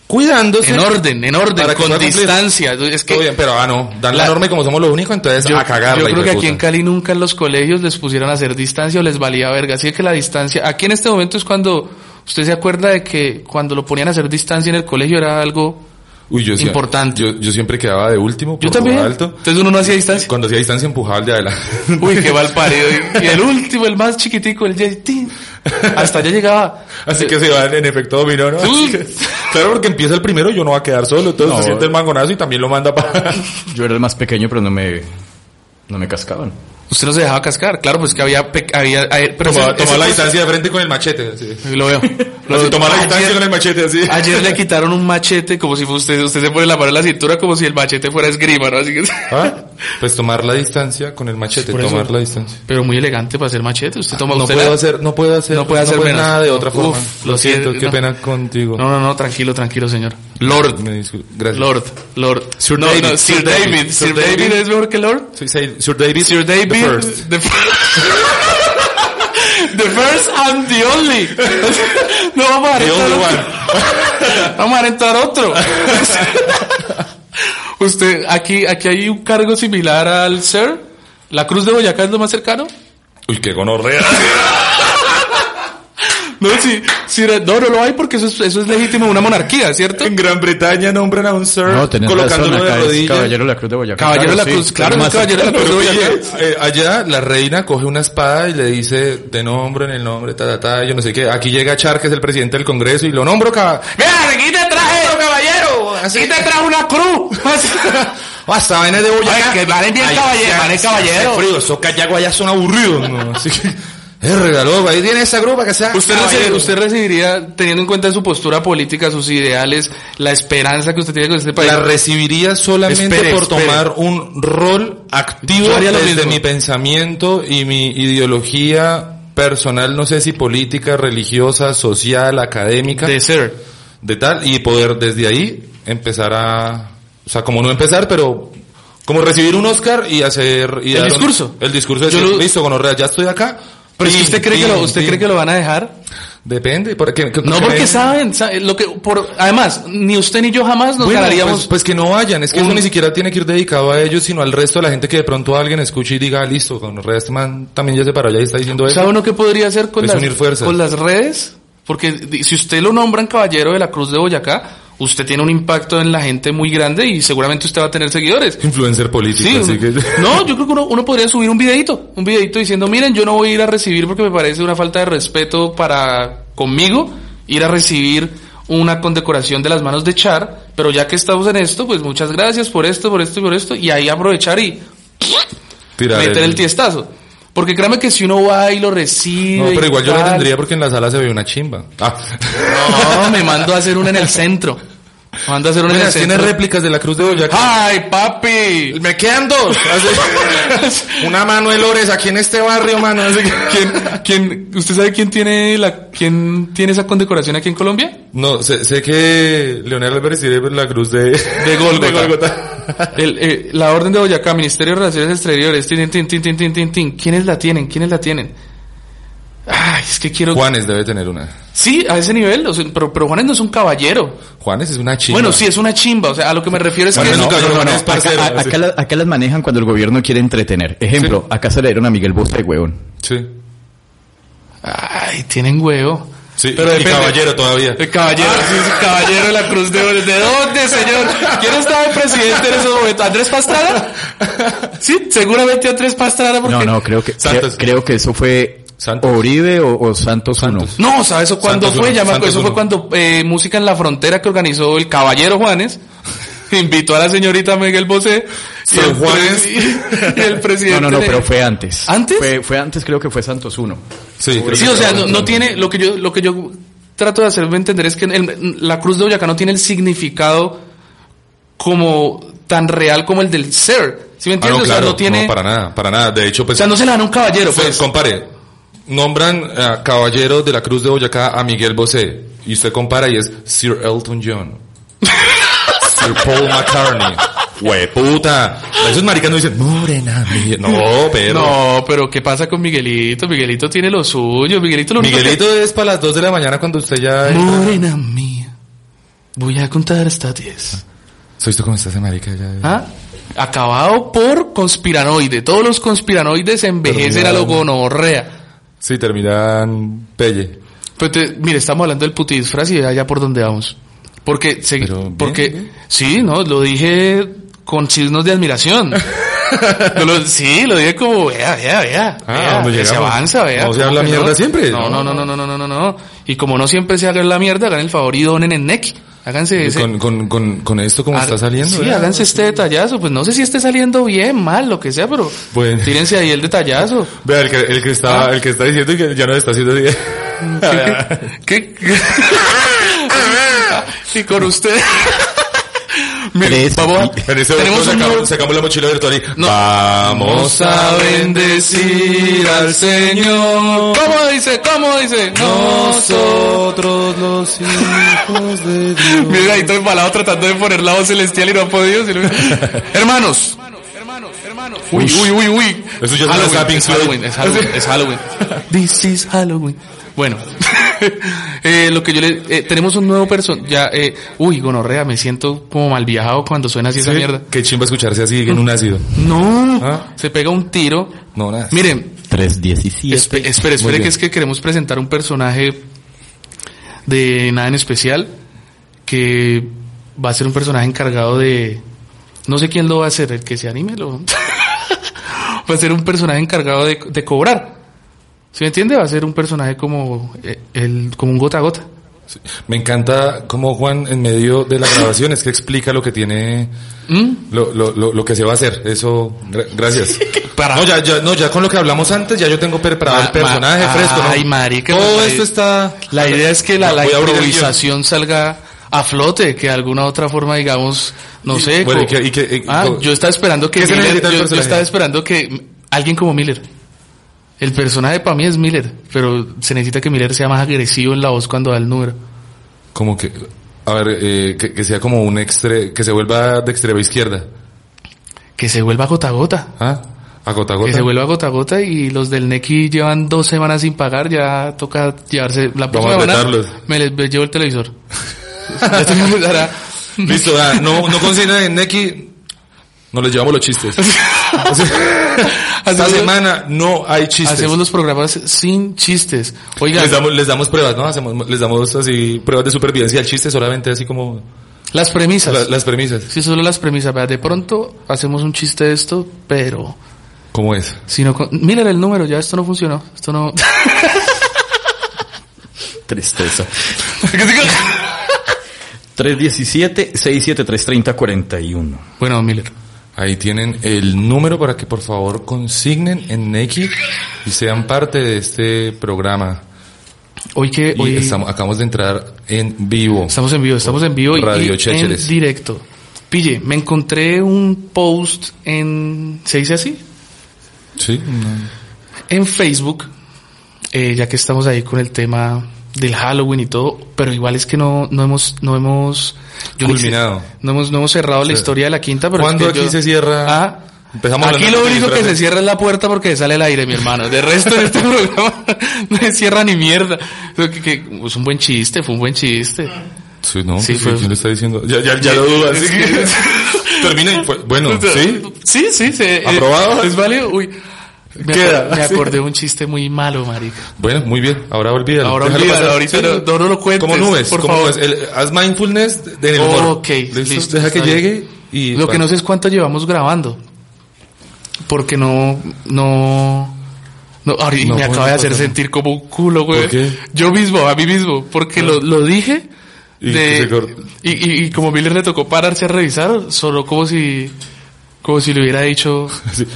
Speaker 2: cuidándose."
Speaker 1: En orden, en
Speaker 2: Para
Speaker 1: orden,
Speaker 2: que pueda
Speaker 1: con
Speaker 2: cumplir.
Speaker 1: distancia. Es que
Speaker 2: Todo bien, pero ah no, dan la,
Speaker 1: La-
Speaker 2: norma y como somos lo único, entonces
Speaker 1: yo,
Speaker 2: a cagarla
Speaker 1: yo creo que aquí en
Speaker 2: hijueputa.
Speaker 1: Cali nunca en los colegios les pusieron a hacer distancia o les valía verga. Así que la distancia, aquí en este momento es cuando usted se acuerda de que cuando lo ponían a hacer distancia en el colegio era algo.
Speaker 2: Uy, yo sí-
Speaker 1: Importante.
Speaker 2: Yo, yo siempre quedaba de último por
Speaker 1: Yo también.
Speaker 2: lo alto.
Speaker 1: Entonces uno no hacía distancia.
Speaker 2: Cuando hacía distancia empujaba al de adelante. *laughs*
Speaker 1: Uy, qué mal parido. Y, y el último, el más chiquitico, el Jay, tin. Hasta allá llegaba.
Speaker 2: Así que se van en efecto dominó, ¿no? Así que- claro, porque empieza el primero y yo no va a quedar solo. Entonces
Speaker 3: No.
Speaker 2: se siente el mangonazo y también lo manda para...
Speaker 1: *laughs*
Speaker 3: Yo era el más pequeño, pero no me, no me cascaban.
Speaker 1: Usted no se dejaba cascar. Claro, pues que había, pe- había, a- pero ese-
Speaker 2: Tomaba, tomaba
Speaker 1: ese
Speaker 2: la
Speaker 1: proceso-
Speaker 2: distancia de frente con el machete. Así,
Speaker 1: Lo
Speaker 2: *laughs*
Speaker 1: veo. Lo
Speaker 2: Así,
Speaker 1: veo.
Speaker 2: tomaba la
Speaker 1: Ayer-
Speaker 2: distancia con el *laughs* machete, así.
Speaker 1: Ayer le quitaron un machete como si fu- usted, usted se pone la mano en la cintura como si el machete fuera esgrima, ¿no? Así que... *laughs*
Speaker 2: ¿Ah? Pues tomar la distancia con el machete,
Speaker 1: Por eso.
Speaker 2: tomar la distancia.
Speaker 1: Pero muy elegante para hacer machete. Usted toma
Speaker 2: No
Speaker 1: usted
Speaker 2: puedo
Speaker 1: la-
Speaker 2: hacer, no puedo hacer,
Speaker 1: No puede hacer menos.
Speaker 2: nada de otra
Speaker 1: Uf,
Speaker 2: forma.
Speaker 1: lo
Speaker 2: Lo siento,
Speaker 1: siento,
Speaker 2: qué
Speaker 1: no.
Speaker 2: pena contigo.
Speaker 1: No, no, no, tranquilo, tranquilo, señor.
Speaker 2: Lord. Me discul- Gracias.
Speaker 1: Lord, Lord.
Speaker 2: Sir
Speaker 1: no,
Speaker 2: David,
Speaker 1: no, Sir,
Speaker 2: Sir
Speaker 1: David.
Speaker 2: David.
Speaker 1: Sir
Speaker 2: Sir
Speaker 1: David
Speaker 2: David.
Speaker 1: es mejor que Lord.
Speaker 2: Sí, sí, Sir David.
Speaker 1: Sir David.
Speaker 2: the first.
Speaker 1: The fir- *laughs* The first and the only. *laughs* No vamos a
Speaker 2: The
Speaker 1: aventar
Speaker 2: only
Speaker 1: otro. Vamos a aventar otro. *laughs* Usted, aquí, aquí hay un cargo similar al Sir. ¿La Cruz de Boyacá es lo más cercano?
Speaker 2: Uy, qué gonorrea.
Speaker 1: No, sí, sí, no, no lo hay porque eso es, eso es legítimo, una monarquía, ¿cierto?
Speaker 2: En Gran Bretaña nombran a un sir
Speaker 3: No, tenés razón,
Speaker 2: colocándolo
Speaker 3: acá
Speaker 2: de
Speaker 3: es
Speaker 2: rodillas.
Speaker 3: Caballero de la Cruz de Boyacá.
Speaker 1: Caballero de la Cruz,
Speaker 2: Pues
Speaker 3: sí,
Speaker 1: claro,
Speaker 3: más
Speaker 1: no, caballero de la Cruz de
Speaker 2: Pero
Speaker 1: Boyacá.
Speaker 2: oye, eh, allá la reina coge una espada y le dice, te nombro en el nombre, ta, ta, ta, yo no sé qué. Aquí llega Char, que es el presidente del Congreso, y lo nombro cab-
Speaker 1: Mira, aquí te traje, caballero,
Speaker 2: así.
Speaker 1: aquí te traje una
Speaker 2: *laughs*
Speaker 1: cruz.
Speaker 2: Ah, esta vaina es de Boyacá.
Speaker 1: Ay, que valen bien
Speaker 2: Ay,
Speaker 1: caballero,
Speaker 2: ya,
Speaker 1: valen
Speaker 2: se
Speaker 1: caballero.
Speaker 2: hace Frío, esos callagos allá son aburridos, ¿no? Así que, *laughs* es regalo, ahí tiene esa grupa que sea
Speaker 1: Usted, recibe-
Speaker 2: caballero.
Speaker 1: usted recibiría, teniendo en cuenta su postura política, sus ideales, la esperanza que usted tiene con este país.
Speaker 2: la recibiría solamente
Speaker 1: Espere,
Speaker 2: por
Speaker 1: espere.
Speaker 2: tomar un rol activo
Speaker 1: Yo haría lo
Speaker 2: desde
Speaker 1: mismo.
Speaker 2: mi pensamiento y mi ideología personal, no sé si política, religiosa, social, académica,
Speaker 1: de
Speaker 2: de,
Speaker 1: ser.
Speaker 2: tal, y poder desde ahí empezar a, o sea, como no empezar, pero como recibir un Oscar y hacer... Y
Speaker 1: El
Speaker 2: dar un-
Speaker 1: discurso.
Speaker 2: el discurso de
Speaker 1: Yo
Speaker 2: decir,
Speaker 1: lo-
Speaker 2: listo, gonorrea, ya estoy acá.
Speaker 1: Pero es que
Speaker 2: Tin,
Speaker 1: usted cree que lo,
Speaker 2: tin,
Speaker 1: usted
Speaker 2: tin.
Speaker 1: cree que lo van a dejar.
Speaker 2: Depende, porque... que-
Speaker 1: No
Speaker 2: que-
Speaker 1: porque saben, saben lo que, por, además, ni usted ni yo jamás nos
Speaker 2: Bueno,
Speaker 1: ganaríamos.
Speaker 2: pues, pues que no vayan, es que
Speaker 1: un-
Speaker 2: eso ni siquiera tiene que ir dedicado a ellos, sino al resto de la gente que de pronto alguien escuche y diga, "Ah, listo, con Restman también ya se paró, ya está diciendo eso.
Speaker 1: ¿Sabe uno qué podría hacer con,
Speaker 2: Es
Speaker 1: las,
Speaker 2: pues, unir fuerzas.
Speaker 1: con las redes? Porque di- si usted lo nombran caballero de la Cruz de Boyacá, usted tiene un impacto en la gente muy grande y seguramente usted va a tener seguidores.
Speaker 2: Influencer político,
Speaker 1: Sí,
Speaker 2: así que...
Speaker 1: *laughs* no, yo creo que uno, uno podría subir un videito, un videito diciendo, miren, yo no voy a ir a recibir porque me parece una falta de respeto para conmigo ir a recibir una condecoración de las manos de Char, pero ya que estamos en esto, pues muchas gracias por esto, por esto y por esto, y ahí aprovechar y
Speaker 2: *laughs* Tirar
Speaker 1: meter el tiestazo. Porque créame que si uno va y lo recibe...
Speaker 2: No, pero
Speaker 1: y
Speaker 2: igual yo lo
Speaker 1: tal,
Speaker 2: tendría porque en la sala se ve una chimba. Ah. *laughs*
Speaker 1: No, me mando a hacer una en el centro. Me mando a hacer una en
Speaker 2: Mira,
Speaker 1: el
Speaker 2: tiene
Speaker 1: centro.
Speaker 2: réplicas de la Cruz de Boyacá.
Speaker 1: ¡Ay, papi!
Speaker 2: Ah, Me quedan *laughs* dos. *laughs* Una Manuel Lores aquí en este barrio, mano. así *laughs* que-
Speaker 1: ¿Quién, quién, ¿Usted sabe quién tiene la, quién tiene esa condecoración aquí en Colombia?
Speaker 2: No, sé, sé que Leonel Álvarez tiene la Cruz de... *laughs* De
Speaker 1: Gólgota.
Speaker 2: Gólgota.
Speaker 1: El, eh, la Orden de Boyacá, Ministerio de Relaciones Exteriores, tin, tin, tin, tin, tin, tin, tin. ¿Quiénes la tienen? ¿Quiénes la tienen? Ay, es que quiero...
Speaker 2: Juanes debe tener una.
Speaker 1: Sí, a ese nivel, o sea, pero, pero Juanes no es un caballero.
Speaker 2: Juanes es una chimba.
Speaker 1: Bueno, sí, es una chimba, o sea, a lo que me refiero es
Speaker 2: Bueno,
Speaker 1: que...
Speaker 2: no,
Speaker 1: es-
Speaker 2: no, no, no.
Speaker 3: Acá-
Speaker 2: parcero,
Speaker 3: a-
Speaker 2: sí.
Speaker 1: pues.
Speaker 3: acá, la- acá las manejan cuando el gobierno quiere entretener. Ejemplo, acá se le dieron a Miguel Bosé, huevón.
Speaker 2: Sí.
Speaker 1: Ay, tienen huevo.
Speaker 2: Sí,
Speaker 1: Pero
Speaker 2: y
Speaker 1: depende. Eh,
Speaker 2: caballero todavía.
Speaker 1: El caballero, sí, sí, caballero de la Cruz de Oro. ¿De dónde, señor? ¿Quién estaba el presidente en esos momentos? ¿Andrés Pastrana? Sí, seguramente Andrés Pastrana porque...
Speaker 3: No, no, creo que,
Speaker 2: Santos.
Speaker 3: cre- creo que eso fue
Speaker 2: Santos.
Speaker 3: Oribe o, o Santos, uno.
Speaker 1: No, ¿sabes eso cuándo
Speaker 2: Santos
Speaker 1: fue?
Speaker 2: uno,
Speaker 1: Ya me acuerdo,
Speaker 2: Santos
Speaker 1: eso fue
Speaker 2: uno.
Speaker 1: cuando eh, Música en la Frontera que organizó el Caballero Juanes *laughs* invitó a la señorita Miguel Bosé y
Speaker 2: San
Speaker 1: el,
Speaker 2: Juanes.
Speaker 1: pre- *laughs* y el presidente.
Speaker 3: No, no, no,
Speaker 1: le-
Speaker 3: pero fue antes.
Speaker 1: ¿Antes?
Speaker 3: Fue, fue antes, creo que fue Santos uno.
Speaker 2: Sí, Ah, creo
Speaker 1: Sí,
Speaker 2: que
Speaker 1: o sea,
Speaker 2: sí.
Speaker 1: no, no tiene lo que yo lo que yo trato de hacerme entender es que el- la Cruz de Boyacá no tiene el significado como tan real como el del ser. ¿Sí me
Speaker 2: Ah, no,
Speaker 1: entiendes? o
Speaker 2: claro,
Speaker 1: sea, no tiene.
Speaker 2: no, para nada, para nada. De hecho,
Speaker 1: O
Speaker 2: pues,
Speaker 1: sea, no se la dan a un caballero,
Speaker 2: pues,
Speaker 1: pues.
Speaker 2: compare. Nombran a Caballero de la Cruz de Boyacá a Miguel Bosé. Y usted compara y es Sir Elton
Speaker 1: *laughs*
Speaker 2: John. Sir Paul McCartney. Hueputa. Esos maricas no dicen, Morena. Miguel". No, pero.
Speaker 1: No, pero ¿qué pasa con Miguelito? Miguelito tiene lo suyo. Miguelito lo único
Speaker 2: Miguelito es para las 2 de la mañana cuando usted ya...
Speaker 1: que- Morena mía. Voy a contar hasta 10.
Speaker 2: ¿Soy tú cómo estás, marica? Ya...
Speaker 1: ¿Ah? Acabado por conspiranoide. Todos los conspiranoides envejecen a lo gonorrea.
Speaker 2: Sí, terminan pelle.
Speaker 1: Pero te- mire, estamos hablando del puti disfraz y allá por donde vamos. Porque, se-
Speaker 2: Pero bien,
Speaker 1: porque,
Speaker 2: bien.
Speaker 1: sí, no, lo dije con signos de
Speaker 2: *laughs*
Speaker 1: admiración. No lo- sí, lo dije como, vea, vea, vea.
Speaker 2: Ah,
Speaker 1: vea,
Speaker 2: ¿dónde
Speaker 1: que se
Speaker 2: llegamos?
Speaker 1: avanza, vea.
Speaker 2: ¿No se
Speaker 1: ¿cómo
Speaker 2: habla
Speaker 1: que
Speaker 2: mierda siempre?
Speaker 1: No, no, no, no, no, no, no, no, no. Y como no siempre se haga la mierda, hagan el favor y donen en NEC. Háganse ese.
Speaker 2: Con, con, con, con esto como
Speaker 1: Ah,
Speaker 2: está saliendo. ¿eh?
Speaker 1: Sí,
Speaker 2: ¿verdad?
Speaker 1: háganse este detallazo. Pues no sé si esté saliendo bien, mal, lo que sea, pero
Speaker 2: Bueno.
Speaker 1: tírense ahí el
Speaker 2: *laughs*
Speaker 1: detallazo.
Speaker 2: Vea, el que, el que está,
Speaker 1: Ah.
Speaker 2: el que está diciendo que ya no está *laughs* haciendo este bien.
Speaker 1: ¿Qué?
Speaker 2: *laughs*
Speaker 1: y con usted. Mire,
Speaker 3: Tres.
Speaker 1: vamos a-
Speaker 2: En ese
Speaker 1: tenemos
Speaker 2: momento
Speaker 1: un
Speaker 2: sacamos,
Speaker 1: nuevo-
Speaker 2: sacamos la mochila virtual y
Speaker 1: No.
Speaker 2: vamos a bendecir al Señor.
Speaker 1: ¿Cómo dice? ¿Cómo dice?
Speaker 2: Nosotros los hijos de Dios.
Speaker 1: *laughs* Mira, ahí todo embalado tratando de poner la voz celestial y no ha podido.
Speaker 2: *laughs*
Speaker 1: sino- hermanos. Uy, uy, uy, uy.
Speaker 2: Eso ya es una zapping
Speaker 1: es
Speaker 2: Floyd.
Speaker 1: Halloween, es Halloween, es
Speaker 2: *laughs*
Speaker 1: Halloween. This is Halloween. Bueno, *laughs* eh, lo que yo le... eh, tenemos un nuevo person... Ya, eh, uy, gonorrea, me siento como mal viajado cuando suena así esa mierda.
Speaker 2: Qué chimba escucharse así en un ácido.
Speaker 1: No,
Speaker 2: Ah.
Speaker 1: se pega un tiro.
Speaker 2: No, nada.
Speaker 1: Miren,
Speaker 3: 317.
Speaker 1: Espe- espere,
Speaker 2: Muy
Speaker 1: espere,
Speaker 2: bien.
Speaker 1: que es que queremos presentar un personaje de nada en especial que va a ser un personaje encargado de. No sé quién lo va a hacer, el que se anime lo. *laughs* va a ser un personaje encargado de, de cobrar. ¿Sí me entiende? Va a ser un personaje como, eh, el, como un gota a gota.
Speaker 2: Me encanta cómo Juan en medio de la grabación es que explica lo que tiene, lo, lo, lo, lo que se va a hacer. Eso, gra- gracias.
Speaker 1: Para-
Speaker 2: No, ya, ya, no, ya con lo que hablamos antes, ya yo tengo preparado
Speaker 1: Ma-
Speaker 2: el personaje
Speaker 1: ma-
Speaker 2: fresco. ¿no?
Speaker 1: ay, marica,
Speaker 2: Todo
Speaker 1: me
Speaker 2: esto está...
Speaker 1: La idea es que la,
Speaker 2: No,
Speaker 1: la
Speaker 2: voy a abrir el guión.
Speaker 1: improvisación salga a flote, que de alguna otra forma, digamos, no
Speaker 2: Y-
Speaker 1: sé.
Speaker 2: bueno, y
Speaker 1: co-
Speaker 2: que- y que- y-
Speaker 1: Ah,
Speaker 2: co-
Speaker 1: yo estaba esperando que
Speaker 2: ¿Qué se
Speaker 1: Miller-
Speaker 2: necesita el
Speaker 1: yo- yo,
Speaker 2: personaje?
Speaker 1: estaba esperando que alguien como Miller. El personaje para mí es Miller, pero se necesita que Miller sea más agresivo en la voz cuando da el número.
Speaker 2: Como que, a ver, eh, que, que sea como un extre, que se vuelva de extrema izquierda.
Speaker 1: Que se vuelva gota a gota.
Speaker 2: ¿Ah? A gota a
Speaker 1: Que
Speaker 2: gota.
Speaker 1: se vuelva gota a gota y los del Neki llevan dos semanas sin pagar, ya toca llevarse la próxima
Speaker 2: a
Speaker 1: semana.
Speaker 2: retarlos.
Speaker 1: Me les me llevo el televisor. *laughs* Ya se me olvidará.
Speaker 2: *laughs* Listo, ah, no, no consigna en Neki. No les llevamos
Speaker 1: *laughs*
Speaker 2: los chistes. Esta
Speaker 1: Hacemos-
Speaker 2: semana no hay chistes.
Speaker 1: Hacemos los programas sin chistes. Oigan,
Speaker 2: Les damos, les damos pruebas, ¿no? Hacemos, les damos así pruebas de supervivencia al chiste, solamente así como
Speaker 1: las premisas.
Speaker 2: la- las premisas.
Speaker 1: Sí, solo las premisas. vea, De pronto hacemos un chiste de esto, pero
Speaker 2: ¿Cómo es?
Speaker 1: si no... con- Miren el número, ya esto no funcionó. Esto
Speaker 2: *laughs*
Speaker 1: no...
Speaker 3: Tristeza. 317 673 41
Speaker 1: bueno, Miller.
Speaker 2: Ahí tienen el número para que por favor consignen en Neki y sean parte de este programa.
Speaker 1: Hoy que...
Speaker 2: Y
Speaker 1: Hoy
Speaker 2: estamos, acabamos de entrar en vivo.
Speaker 1: Eh, estamos en vivo, estamos en vivo y,
Speaker 2: Radio
Speaker 1: y en
Speaker 2: Chécheres.
Speaker 1: directo. Pille, me encontré un post en... ¿Se dice así?
Speaker 2: Sí.
Speaker 1: en Facebook, eh, ya que estamos ahí con el tema del Halloween y todo, pero igual es que no, no hemos, no hemos yo no sé,
Speaker 2: Culminado.
Speaker 1: No hemos, no hemos cerrado la historia de la quinta, pero es
Speaker 2: ¿Cuándo
Speaker 1: que
Speaker 2: aquí
Speaker 1: yo-
Speaker 2: se cierra?
Speaker 1: Ah,
Speaker 2: Empezamos
Speaker 1: aquí
Speaker 2: hablando
Speaker 1: lo
Speaker 2: de
Speaker 1: único que
Speaker 2: disfraces.
Speaker 1: se cierra es la puerta porque sale el aire, mi hermano. De resto, en este *laughs* programa no se cierra ni mierda. Lo que- que- es un buen chiste, fue un buen chiste.
Speaker 2: Sí, no,
Speaker 1: Sí, pues.
Speaker 2: sí,
Speaker 1: fue-
Speaker 2: ¿quién lo está diciendo? Ya, ya, ya lo dudo, así que... *laughs* Termina y fue-
Speaker 1: *laughs*
Speaker 2: Bueno, ¿sí?
Speaker 1: Sí, sí, se- eh,
Speaker 2: ¿Aprobado?
Speaker 1: ¿Es válido? Uy. Me, acor-
Speaker 2: Queda,
Speaker 1: me
Speaker 2: *laughs* sí.
Speaker 1: acordé de un chiste muy malo, marica.
Speaker 2: Bueno, muy bien. Ahora olvídalo.
Speaker 1: Ahora
Speaker 2: Déjalo
Speaker 1: olvídalo,
Speaker 2: pasar.
Speaker 1: ahorita no- no- no lo cuentes,
Speaker 2: Como nubes,
Speaker 1: por
Speaker 2: como
Speaker 1: favor.
Speaker 2: nubes. El- haz mindfulness de- en el humor.
Speaker 1: Ok, listo,
Speaker 2: Deja que
Speaker 1: está bien.
Speaker 2: llegue y...
Speaker 1: Lo que no sé es cuánto llevamos grabando. Porque no, no, no, ahora
Speaker 2: No,
Speaker 1: me acaba
Speaker 2: no
Speaker 1: de hacer
Speaker 2: pasa nada.
Speaker 1: sentir como un culo, güey.
Speaker 2: ¿Por qué? Ah.
Speaker 1: Yo mismo, a mí mismo, porque lo, lo dije.
Speaker 2: Y
Speaker 1: de-
Speaker 2: se cortó.
Speaker 1: y, y- y como Miller le tocó pararse a revisar, solo como si, como si le hubiera dicho.
Speaker 2: *laughs* Sí.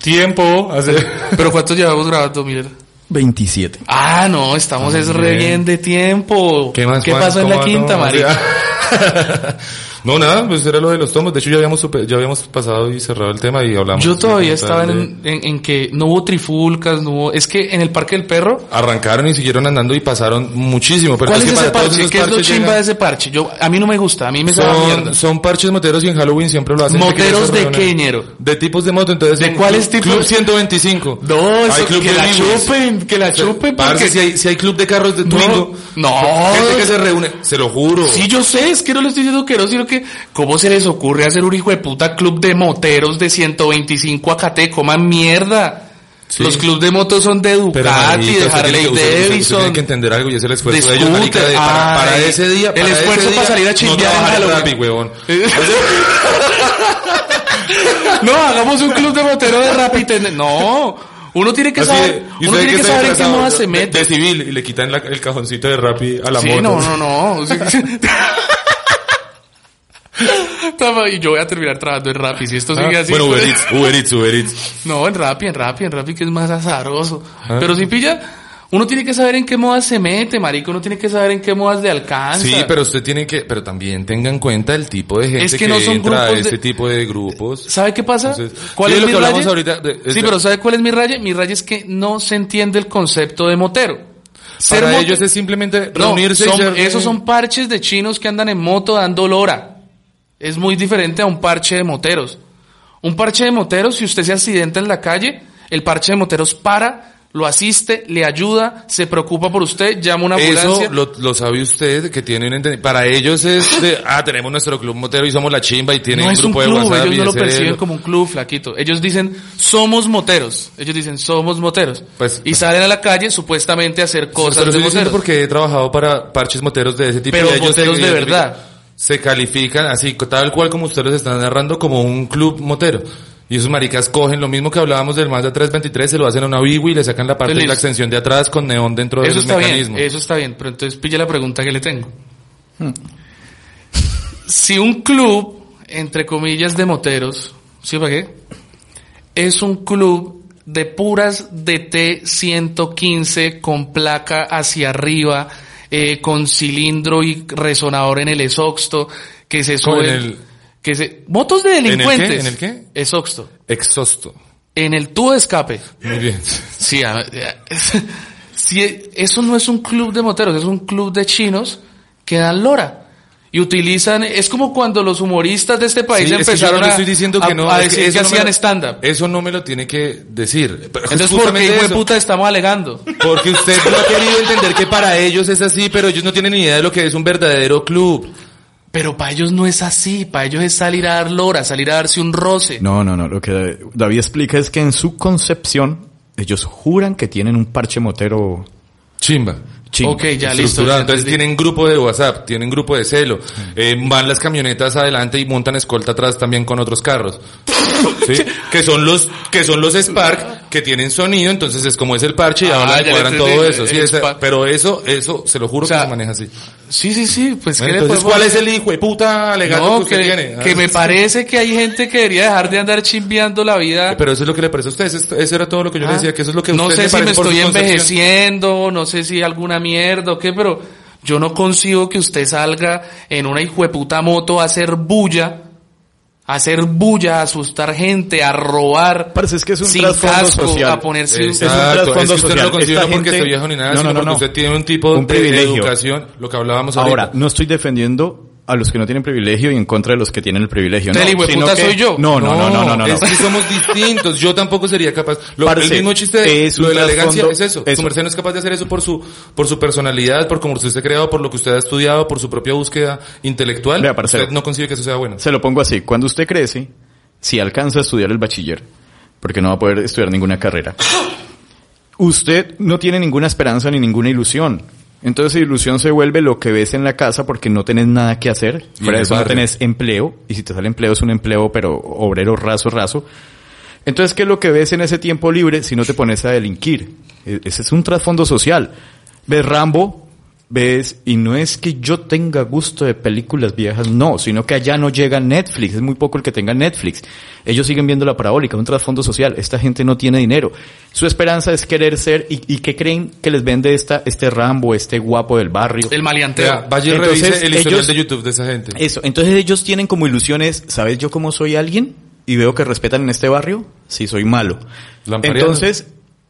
Speaker 2: Tiempo. hace-
Speaker 1: *laughs* Pero cuánto llevamos grabando, Miller?
Speaker 3: 27.
Speaker 1: Ah, no, estamos es re
Speaker 2: bien.
Speaker 1: bien de tiempo.
Speaker 2: ¿Qué más, Juan?
Speaker 1: pasó en
Speaker 2: ¿Cómo
Speaker 1: la
Speaker 2: va
Speaker 1: quinta,
Speaker 2: todo?
Speaker 1: María?
Speaker 2: *laughs* No, nada, pues era lo de los tomos. De hecho, ya habíamos, super- ya habíamos pasado y cerrado el tema y hablamos.
Speaker 1: Yo todavía
Speaker 2: de-
Speaker 1: estaba en,
Speaker 2: de-
Speaker 1: en- en que no hubo trifulcas, no hubo... Es que en el Parque del Perro...
Speaker 2: Arrancaron y siguieron andando y pasaron muchísimo. Pero
Speaker 1: ¿Cuál es,
Speaker 2: que
Speaker 1: ese
Speaker 2: para todos
Speaker 1: parche?
Speaker 2: esos
Speaker 1: ¿Qué es lo
Speaker 2: parches
Speaker 1: chimba
Speaker 2: llegan-
Speaker 1: de ese parche? Yo, a mí no me gusta, a mí me sabe a mierda.
Speaker 2: Son, son parches moteros y en Halloween siempre lo hacen.
Speaker 1: ¿Moteros de qué,
Speaker 2: reuniones.
Speaker 1: ñero?
Speaker 2: De tipos de moto, entonces.
Speaker 1: ¿De
Speaker 2: en
Speaker 1: cuáles
Speaker 2: Club-
Speaker 1: tipos?
Speaker 2: Club 125.
Speaker 1: No,
Speaker 2: Hay
Speaker 1: eso,
Speaker 2: club
Speaker 1: que
Speaker 2: de
Speaker 1: la
Speaker 2: amigos.
Speaker 1: chupen, que la chupen,
Speaker 2: Parce,
Speaker 1: porque...
Speaker 2: si, hay, si hay club de carros de
Speaker 1: no,
Speaker 2: Twingo.
Speaker 1: no.
Speaker 2: Gente que se reúne, se lo juro.
Speaker 1: Sí, yo sé, es que no le estoy diciendo que no, sino que ¿cómo se les ocurre hacer un hijo de puta club de moteros de 125 a Cate? Coman mierda.
Speaker 2: Sí.
Speaker 1: Los clubes de motos son de
Speaker 2: Pero
Speaker 1: Ducati,
Speaker 2: marica,
Speaker 1: de
Speaker 2: usted tiene
Speaker 1: Harley
Speaker 2: que- usted- usted- usted tiene
Speaker 1: Davidson.
Speaker 2: que entender algo y es el
Speaker 1: de
Speaker 2: esfuerzo de ellos, marica, de-
Speaker 1: scooter.
Speaker 2: para, para
Speaker 1: Ay,
Speaker 2: ese día.
Speaker 1: el esfuerzo
Speaker 2: ese
Speaker 1: para
Speaker 2: día,
Speaker 1: salir a chimbear
Speaker 2: No
Speaker 1: en
Speaker 2: trabajar el
Speaker 1: Halloween.
Speaker 2: lápiz, huevón.
Speaker 1: no, hagamos un club de moteros de rapid. No, uno tiene que
Speaker 2: Así de,
Speaker 1: saber,
Speaker 2: y
Speaker 1: uno
Speaker 2: usted
Speaker 1: tiene que
Speaker 2: se
Speaker 1: saber en qué
Speaker 2: disfrazaba
Speaker 1: moda se
Speaker 2: de-
Speaker 1: mete.
Speaker 2: De civil y le quitan la- el cajoncito de Rappi a la
Speaker 1: Sí,
Speaker 2: moto.
Speaker 1: no, no, no.
Speaker 2: *laughs*
Speaker 1: O sea, Tama, Y yo voy a terminar trabajando en Rappi. Si esto
Speaker 2: Ah,
Speaker 1: sigue así.
Speaker 2: bueno, Uber
Speaker 1: pues-
Speaker 2: Eats, Uber Eats, Uber Eats.
Speaker 1: No, en Rappi, en Rappi, en Rappi que es más azaroso.
Speaker 2: Ah.
Speaker 1: Pero si pilla, uno tiene que saber en qué modas se mete, marico. Uno tiene que saber en qué modas le alcanza.
Speaker 2: Sí, pero usted tiene que, pero también tenga en cuenta el tipo de gente
Speaker 1: Ah, Es
Speaker 2: que,
Speaker 1: que no son
Speaker 2: entra a
Speaker 1: grupos de-
Speaker 2: este tipo de grupos.
Speaker 1: ¿Sabe qué pasa?
Speaker 2: Entonces,
Speaker 1: ¿Cuál
Speaker 2: sí,
Speaker 1: es
Speaker 2: lo
Speaker 1: mi
Speaker 2: que hablamos
Speaker 1: raye?
Speaker 2: ahorita de- es
Speaker 1: sí,
Speaker 2: de-
Speaker 1: pero ¿sabe cuál es mi raya? Mi raya es que no se entiende el concepto de motero. Ser
Speaker 2: Para
Speaker 1: mote-
Speaker 2: ellos es simplemente
Speaker 1: No,
Speaker 2: reunirse y
Speaker 1: son-
Speaker 2: ser-
Speaker 1: esos son parches de chinos que andan en moto dando lora. Es muy diferente a un parche de moteros. Un parche de moteros, si usted se accidenta en la calle, el parche de moteros para, lo asiste, le ayuda, se preocupa por usted, llama a una ambulancia.
Speaker 2: Eso lo, lo sabe usted que tiene un enten- Para ellos es de, ah, tenemos nuestro club motero y somos la chimba y tienen
Speaker 1: no
Speaker 2: un
Speaker 1: es un
Speaker 2: grupo de
Speaker 1: club,
Speaker 2: WhatsApp.
Speaker 1: ellos
Speaker 2: y
Speaker 1: no lo
Speaker 2: ese-
Speaker 1: perciben como un club, flaquito. Ellos dicen, somos moteros. Ellos dicen, somos moteros.
Speaker 2: Pues-
Speaker 1: y salen a la calle supuestamente a hacer
Speaker 2: Te
Speaker 1: cosas
Speaker 2: lo
Speaker 1: de
Speaker 2: estoy diciendo
Speaker 1: moteros.
Speaker 2: porque he trabajado para parches moteros de ese tipo.
Speaker 1: Pero
Speaker 2: y ellos se
Speaker 1: moteros de
Speaker 2: identifican-
Speaker 1: verdad.
Speaker 2: Se califican así, tal cual como ustedes los están narrando, como un club motero. Y esos maricas cogen lo mismo que hablábamos del Mazda 323, se lo hacen a una Biwi y le sacan la parte de
Speaker 1: Feliz.
Speaker 2: la extensión de atrás con neón dentro de
Speaker 1: Eso
Speaker 2: esos
Speaker 1: está
Speaker 2: mecanismos.
Speaker 1: bien, eso está bien, pero entonces pilla la pregunta que le tengo. Si un club, entre comillas, de moteros, ¿sí para qué? Es un club de puras DT 115 con placa hacia arriba, eh, con cilindro y resonador en el exhausto, que se
Speaker 2: ¿Cómo en
Speaker 1: suben...
Speaker 2: el-
Speaker 1: Que se, motos de
Speaker 2: el qué?
Speaker 1: delincuentes.
Speaker 2: ¿En el qué?
Speaker 1: Exhausto.
Speaker 2: Exhausto.
Speaker 1: En el tubo de escape.
Speaker 2: Muy
Speaker 1: *laughs*
Speaker 2: bien.
Speaker 1: Sí, a- a- *laughs* sí, e, eso no es un club de moteros, es un club de chinos que dan lora. Y utilizan, es como cuando los humoristas de este país
Speaker 2: Sí, es que yo
Speaker 1: empezaron
Speaker 2: no le
Speaker 1: a-
Speaker 2: estoy diciendo
Speaker 1: a,
Speaker 2: que no,
Speaker 1: a
Speaker 2: es
Speaker 1: decir que,
Speaker 2: eso no me
Speaker 1: hacían
Speaker 2: lo-
Speaker 1: stand-up.
Speaker 2: Eso no me lo tiene que decir. Pero
Speaker 1: Entonces, ¿por qué
Speaker 2: justamente
Speaker 1: hijo de
Speaker 2: eso.
Speaker 1: puta estamos alegando?
Speaker 2: Porque usted no ha querido entender que para ellos es así, pero ellos no tienen ni idea de lo que es un verdadero club.
Speaker 1: Pero para ellos no es así, para ellos es salir a dar lora, salir a darse un roce.
Speaker 3: No, no, no. Lo que David explica es que en su concepción, ellos juran que tienen un parche motero
Speaker 2: Chimba.
Speaker 3: chingo.
Speaker 1: Ok, ya listo. ya
Speaker 2: Estructurado. Entonces
Speaker 1: entendí.
Speaker 2: tienen grupo de WhatsApp, tienen grupo de celo, eh, van las camionetas adelante y montan escolta atrás también con
Speaker 1: *laughs*
Speaker 2: otros carros. ¿Sí? Que son los, que son los Spark, que tienen sonido, entonces es como es el parche y
Speaker 1: Ah,
Speaker 2: ahora le
Speaker 1: ya le
Speaker 2: cuadran
Speaker 1: entendí,
Speaker 2: todo eso. ¿sí?
Speaker 1: el
Speaker 2: Esa-
Speaker 1: Spark.
Speaker 2: pero eso, eso, se lo juro
Speaker 1: sea,
Speaker 2: que se maneja así.
Speaker 1: Sí, sí, sí, pues ¿qué le
Speaker 2: Entonces,
Speaker 1: podemos
Speaker 2: ¿cuál es el hijo de puta alegato
Speaker 1: No,
Speaker 2: que usted
Speaker 1: que,
Speaker 2: tiene?
Speaker 1: que
Speaker 2: Ah.
Speaker 1: me parece que hay gente que debería dejar de andar chimbeando la vida.
Speaker 2: Pero eso es lo que le parece a usted, eso, eso era todo lo que yo le decía, que eso es lo que a
Speaker 1: Ah. no
Speaker 2: usted
Speaker 1: sé
Speaker 2: le
Speaker 1: si
Speaker 2: parece
Speaker 1: me
Speaker 2: por su
Speaker 1: estoy
Speaker 2: concepción.
Speaker 1: envejeciendo, no sé si alguna mierda o qué, pero yo no consigo que usted salga en una hijueputa moto a hacer bulla, a hacer bulla, a asustar gente, a robar.
Speaker 3: Parece que es un
Speaker 1: sin
Speaker 3: trasfondo
Speaker 1: casco,
Speaker 3: social.
Speaker 1: a ponerse un-
Speaker 3: Es un
Speaker 2: Exacto, es
Speaker 3: trasfondo
Speaker 2: que usted no
Speaker 3: social.
Speaker 2: lo considera
Speaker 3: Esta
Speaker 2: porque
Speaker 3: gente-
Speaker 2: estoy viejo ni nada,
Speaker 3: No,
Speaker 2: sino
Speaker 3: no, no,
Speaker 2: porque
Speaker 3: no.
Speaker 2: usted tiene un tipo
Speaker 3: Un
Speaker 2: de- de,
Speaker 3: privilegio.
Speaker 2: educación, lo que hablábamos
Speaker 3: Ahora,
Speaker 2: ahorita.
Speaker 3: no estoy defendiendo a los que no tienen privilegio y en contra de los que tienen el privilegio. No,
Speaker 1: Del hijueputa
Speaker 3: que-
Speaker 1: soy yo.
Speaker 3: No, no, no, no, no, no.
Speaker 2: Es
Speaker 3: no.
Speaker 2: que somos distintos, yo tampoco sería capaz. Lo,
Speaker 3: Parce,
Speaker 2: el mismo chiste
Speaker 3: es
Speaker 2: de, lo
Speaker 3: un
Speaker 2: de la elegancia
Speaker 3: trasfondo-
Speaker 2: es eso.
Speaker 3: eso.
Speaker 2: Su merced no es capaz de hacer eso por su, por su personalidad, por cómo usted se ha creado, por lo que usted ha estudiado, por su propia búsqueda intelectual.
Speaker 3: Vea, parcero.
Speaker 2: usted no consigue que eso sea bueno.
Speaker 3: Se lo pongo así. Cuando usted crece, si alcanza a estudiar el bachiller, porque no va a poder estudiar ninguna carrera, usted no tiene ninguna esperanza ni ninguna ilusión. Entonces esa ilusión se vuelve lo que ves en la casa porque no tenés nada que hacer.
Speaker 2: Y en
Speaker 3: Fuera
Speaker 2: el
Speaker 3: de eso
Speaker 2: barrio.
Speaker 3: no tenés empleo. Y si te sale empleo es un empleo, pero obrero raso, raso. Entonces, ¿qué es lo que ves en ese tiempo libre si no te pones a delinquir? E- Ese es un trasfondo social. Ves Rambo ves, y no es que yo tenga gusto de películas viejas, no, sino que allá no llega Netflix, es muy poco el que tenga Netflix. Ellos siguen viendo la parabólica, un trasfondo social, esta gente no tiene dinero. Su esperanza es querer ser, y, y qué creen que les vende esta, este Rambo, este guapo del barrio.
Speaker 1: El
Speaker 2: Vea,
Speaker 1: maleanteo.
Speaker 2: vaya y
Speaker 3: Entonces,
Speaker 2: revise el historial
Speaker 3: ellos-
Speaker 2: de YouTube de esa gente.
Speaker 3: Eso, entonces ellos tienen como ilusiones, ¿sabes yo cómo soy alguien? Y veo que respetan en este barrio, sí, soy malo.
Speaker 2: Lampareado.
Speaker 3: Entonces,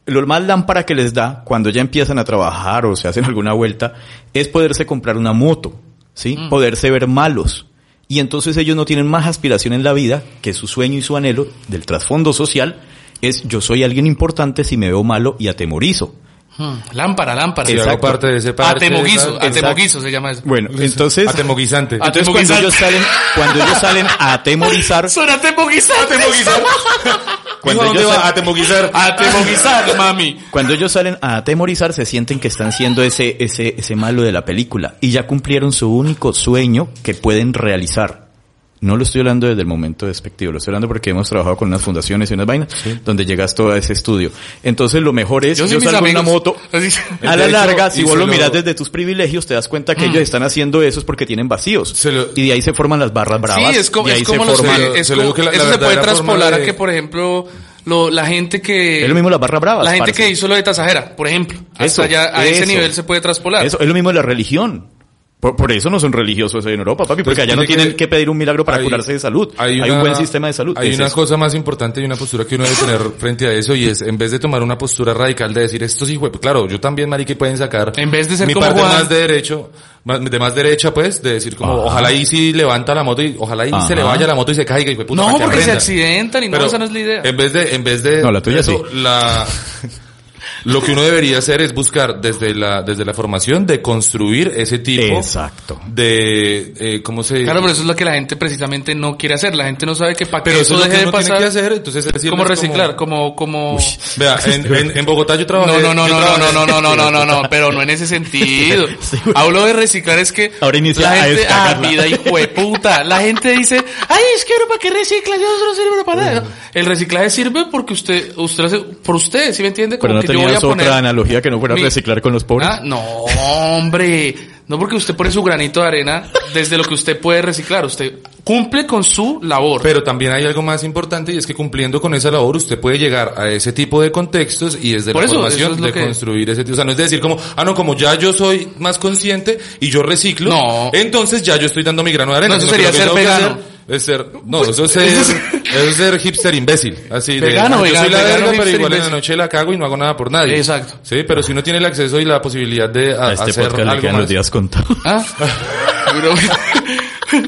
Speaker 3: lo más lámpara que les da cuando ya empiezan a trabajar o se hacen alguna vuelta es poderse comprar una moto, ¿sí? Poderse ver malos. Y entonces ellos no tienen más aspiración en la vida que su sueño y su anhelo del trasfondo social es yo soy alguien importante si me veo malo y atemorizo.
Speaker 1: Hmm, Lámpara, lámpara.
Speaker 2: Si hago
Speaker 3: exacto.
Speaker 2: parte de ese parche,
Speaker 1: Atemoguizo,
Speaker 2: tal.
Speaker 1: atemoguizo se llama eso.
Speaker 3: Bueno, entonces,
Speaker 2: Atemoguizante.
Speaker 1: At-
Speaker 3: entonces cuando
Speaker 1: Atemorizar.
Speaker 3: ellos salen, cuando ellos salen a atemorizar,
Speaker 1: Son atemoguizantes. *laughs*
Speaker 3: cuando
Speaker 2: ¿Dónde
Speaker 3: ellos
Speaker 2: va?
Speaker 3: salen-
Speaker 2: Atemoguizar.
Speaker 1: Atemoguizar,
Speaker 2: *laughs*
Speaker 1: mami.
Speaker 3: Cuando ellos salen a atemorizar, se sienten que están siendo ese, ese, ese malo de la película. Y ya cumplieron su único sueño que pueden realizar. No lo estoy hablando desde el momento despectivo, lo estoy hablando porque hemos trabajado con unas fundaciones y unas vainas donde llegas todo a ese estudio. Entonces lo mejor es,
Speaker 1: *laughs*
Speaker 3: yo,
Speaker 1: Yo sí, mis
Speaker 3: salgo en una
Speaker 1: amigos.
Speaker 3: moto,
Speaker 1: Así-
Speaker 3: a la
Speaker 2: De hecho,
Speaker 3: larga, si
Speaker 2: y
Speaker 3: vos
Speaker 2: se
Speaker 3: lo
Speaker 2: lo-
Speaker 3: miras desde tus privilegios, te das cuenta que
Speaker 1: Mm.
Speaker 3: ellos están haciendo eso es porque tienen vacíos.
Speaker 2: Se lo-
Speaker 3: Y de ahí se forman las barras bravas.
Speaker 1: Sí, es como,
Speaker 3: y ahí
Speaker 1: es como
Speaker 3: se
Speaker 1: los,
Speaker 3: forman...
Speaker 2: eh,
Speaker 1: es
Speaker 2: se le
Speaker 1: como-
Speaker 2: digo que la- la
Speaker 1: eso se puede
Speaker 2: verdadera forma
Speaker 1: traspolar a
Speaker 2: de-
Speaker 1: que, por ejemplo, lo- la gente que...
Speaker 3: Es lo mismo las barras bravas.
Speaker 1: La gente
Speaker 3: parce.
Speaker 1: que hizo lo de Tasajera, por ejemplo. hasta
Speaker 3: Eso,
Speaker 1: allá, a ese
Speaker 3: eso.
Speaker 1: nivel se puede traspolar.
Speaker 3: Eso es lo mismo de la religión. Por, por eso no son religiosos en Europa, papi, porque
Speaker 2: Entonces,
Speaker 3: allá no
Speaker 2: Pues tiene
Speaker 3: tienen que,
Speaker 2: que-
Speaker 3: pedir un milagro para
Speaker 2: Hay-
Speaker 3: curarse de salud. Hay,
Speaker 2: una-
Speaker 3: un buen sistema de salud.
Speaker 2: Hay
Speaker 3: Es
Speaker 2: una
Speaker 3: eso.
Speaker 2: cosa más importante y una postura que uno debe tener frente a eso y es, en vez de tomar una postura radical de decir, estos hijos, claro, yo también, marica, y pueden sacar
Speaker 1: En vez de ser
Speaker 2: mi
Speaker 1: como
Speaker 2: parte
Speaker 1: Juan.
Speaker 2: más de derecho, más- de más derecha, pues, de decir como,
Speaker 3: Ajá.
Speaker 2: ojalá y si levanta la moto y ojalá y
Speaker 3: Ajá.
Speaker 2: se le vaya la moto y se caiga y fue puta,
Speaker 1: no,
Speaker 2: para que
Speaker 1: porque se
Speaker 2: aprenda".
Speaker 1: accidentan y no, esa no es la idea.
Speaker 2: En vez de, en vez de.
Speaker 3: No, la tuya
Speaker 2: sí. La,
Speaker 3: *laughs*
Speaker 2: lo que uno debería hacer es buscar desde la, desde la formación de construir ese tipo.
Speaker 3: Exacto.
Speaker 2: De, eh, ¿cómo se
Speaker 1: Claro, pero eso es lo que la gente precisamente no quiere hacer. La gente no sabe que para que
Speaker 2: Pero
Speaker 1: eso
Speaker 2: eso es lo
Speaker 1: deje
Speaker 2: que
Speaker 1: de
Speaker 2: uno tiene que
Speaker 1: pasar.
Speaker 2: hacer, entonces es decirles
Speaker 1: Como reciclar, como, como...
Speaker 3: *laughs*
Speaker 2: Vea, en, en, en Bogotá yo
Speaker 1: No,
Speaker 2: trabajé.
Speaker 1: no, no,
Speaker 2: yo
Speaker 1: no, no, no,
Speaker 2: trabajé-
Speaker 1: no, no, no, no, no,
Speaker 3: *laughs*
Speaker 1: no, pero no en ese sentido.
Speaker 3: Sí, güey.
Speaker 1: Hablo de reciclar, es que
Speaker 3: Ahora inicia
Speaker 1: la
Speaker 3: a
Speaker 1: gente, ah,
Speaker 3: descargarla.
Speaker 1: vida hijo de puta, la gente dice, ay, es que Europa que recicla, yo no sirve para nada.
Speaker 3: Mm.
Speaker 1: El reciclaje sirve porque usted, usted hace, por usted, ¿sí me entiende?
Speaker 3: Pero no
Speaker 1: que yo voy a
Speaker 3: tenías
Speaker 1: poner-
Speaker 3: otra analogía que no fuera
Speaker 1: mi-
Speaker 3: reciclar con los pobres.
Speaker 1: Ah, no, hombre. No porque usted pone su granito de arena desde lo que usted puede reciclar. Usted cumple con su labor.
Speaker 2: Pero también hay algo más importante y es que cumpliendo con esa labor usted puede llegar a ese tipo de contextos y desde
Speaker 1: Por
Speaker 2: la
Speaker 1: eso,
Speaker 2: formación
Speaker 1: eso es lo
Speaker 2: de
Speaker 1: que-
Speaker 2: construir ese tipo. O sea, no es decir como, ah, no, como ya yo soy más consciente y yo reciclo,
Speaker 1: No.
Speaker 2: entonces ya yo estoy dando mi grano de arena.
Speaker 1: No, eso
Speaker 2: sino que
Speaker 1: sería
Speaker 2: lo que
Speaker 1: ser
Speaker 2: tengo que
Speaker 1: vegano. Pues,
Speaker 2: hacer Es ser, no,
Speaker 1: *laughs*
Speaker 2: eso es ser, eso es ser hipster imbécil. Así
Speaker 1: Vegano,
Speaker 2: de, "Ah, yo
Speaker 1: vegano,
Speaker 2: soy la
Speaker 1: vegano,
Speaker 2: verga, pero
Speaker 1: hipster
Speaker 2: igual en la
Speaker 1: imbécil".
Speaker 2: noche la cago y no hago nada por nadie.
Speaker 1: Exacto.
Speaker 2: Sí, pero si uno tiene el acceso y la posibilidad de a-
Speaker 3: a este
Speaker 2: hacer
Speaker 3: podcast le
Speaker 2: algo
Speaker 3: quedan
Speaker 2: más.
Speaker 3: los días contados.
Speaker 2: *laughs*
Speaker 1: *laughs* ¿Ah? Pero-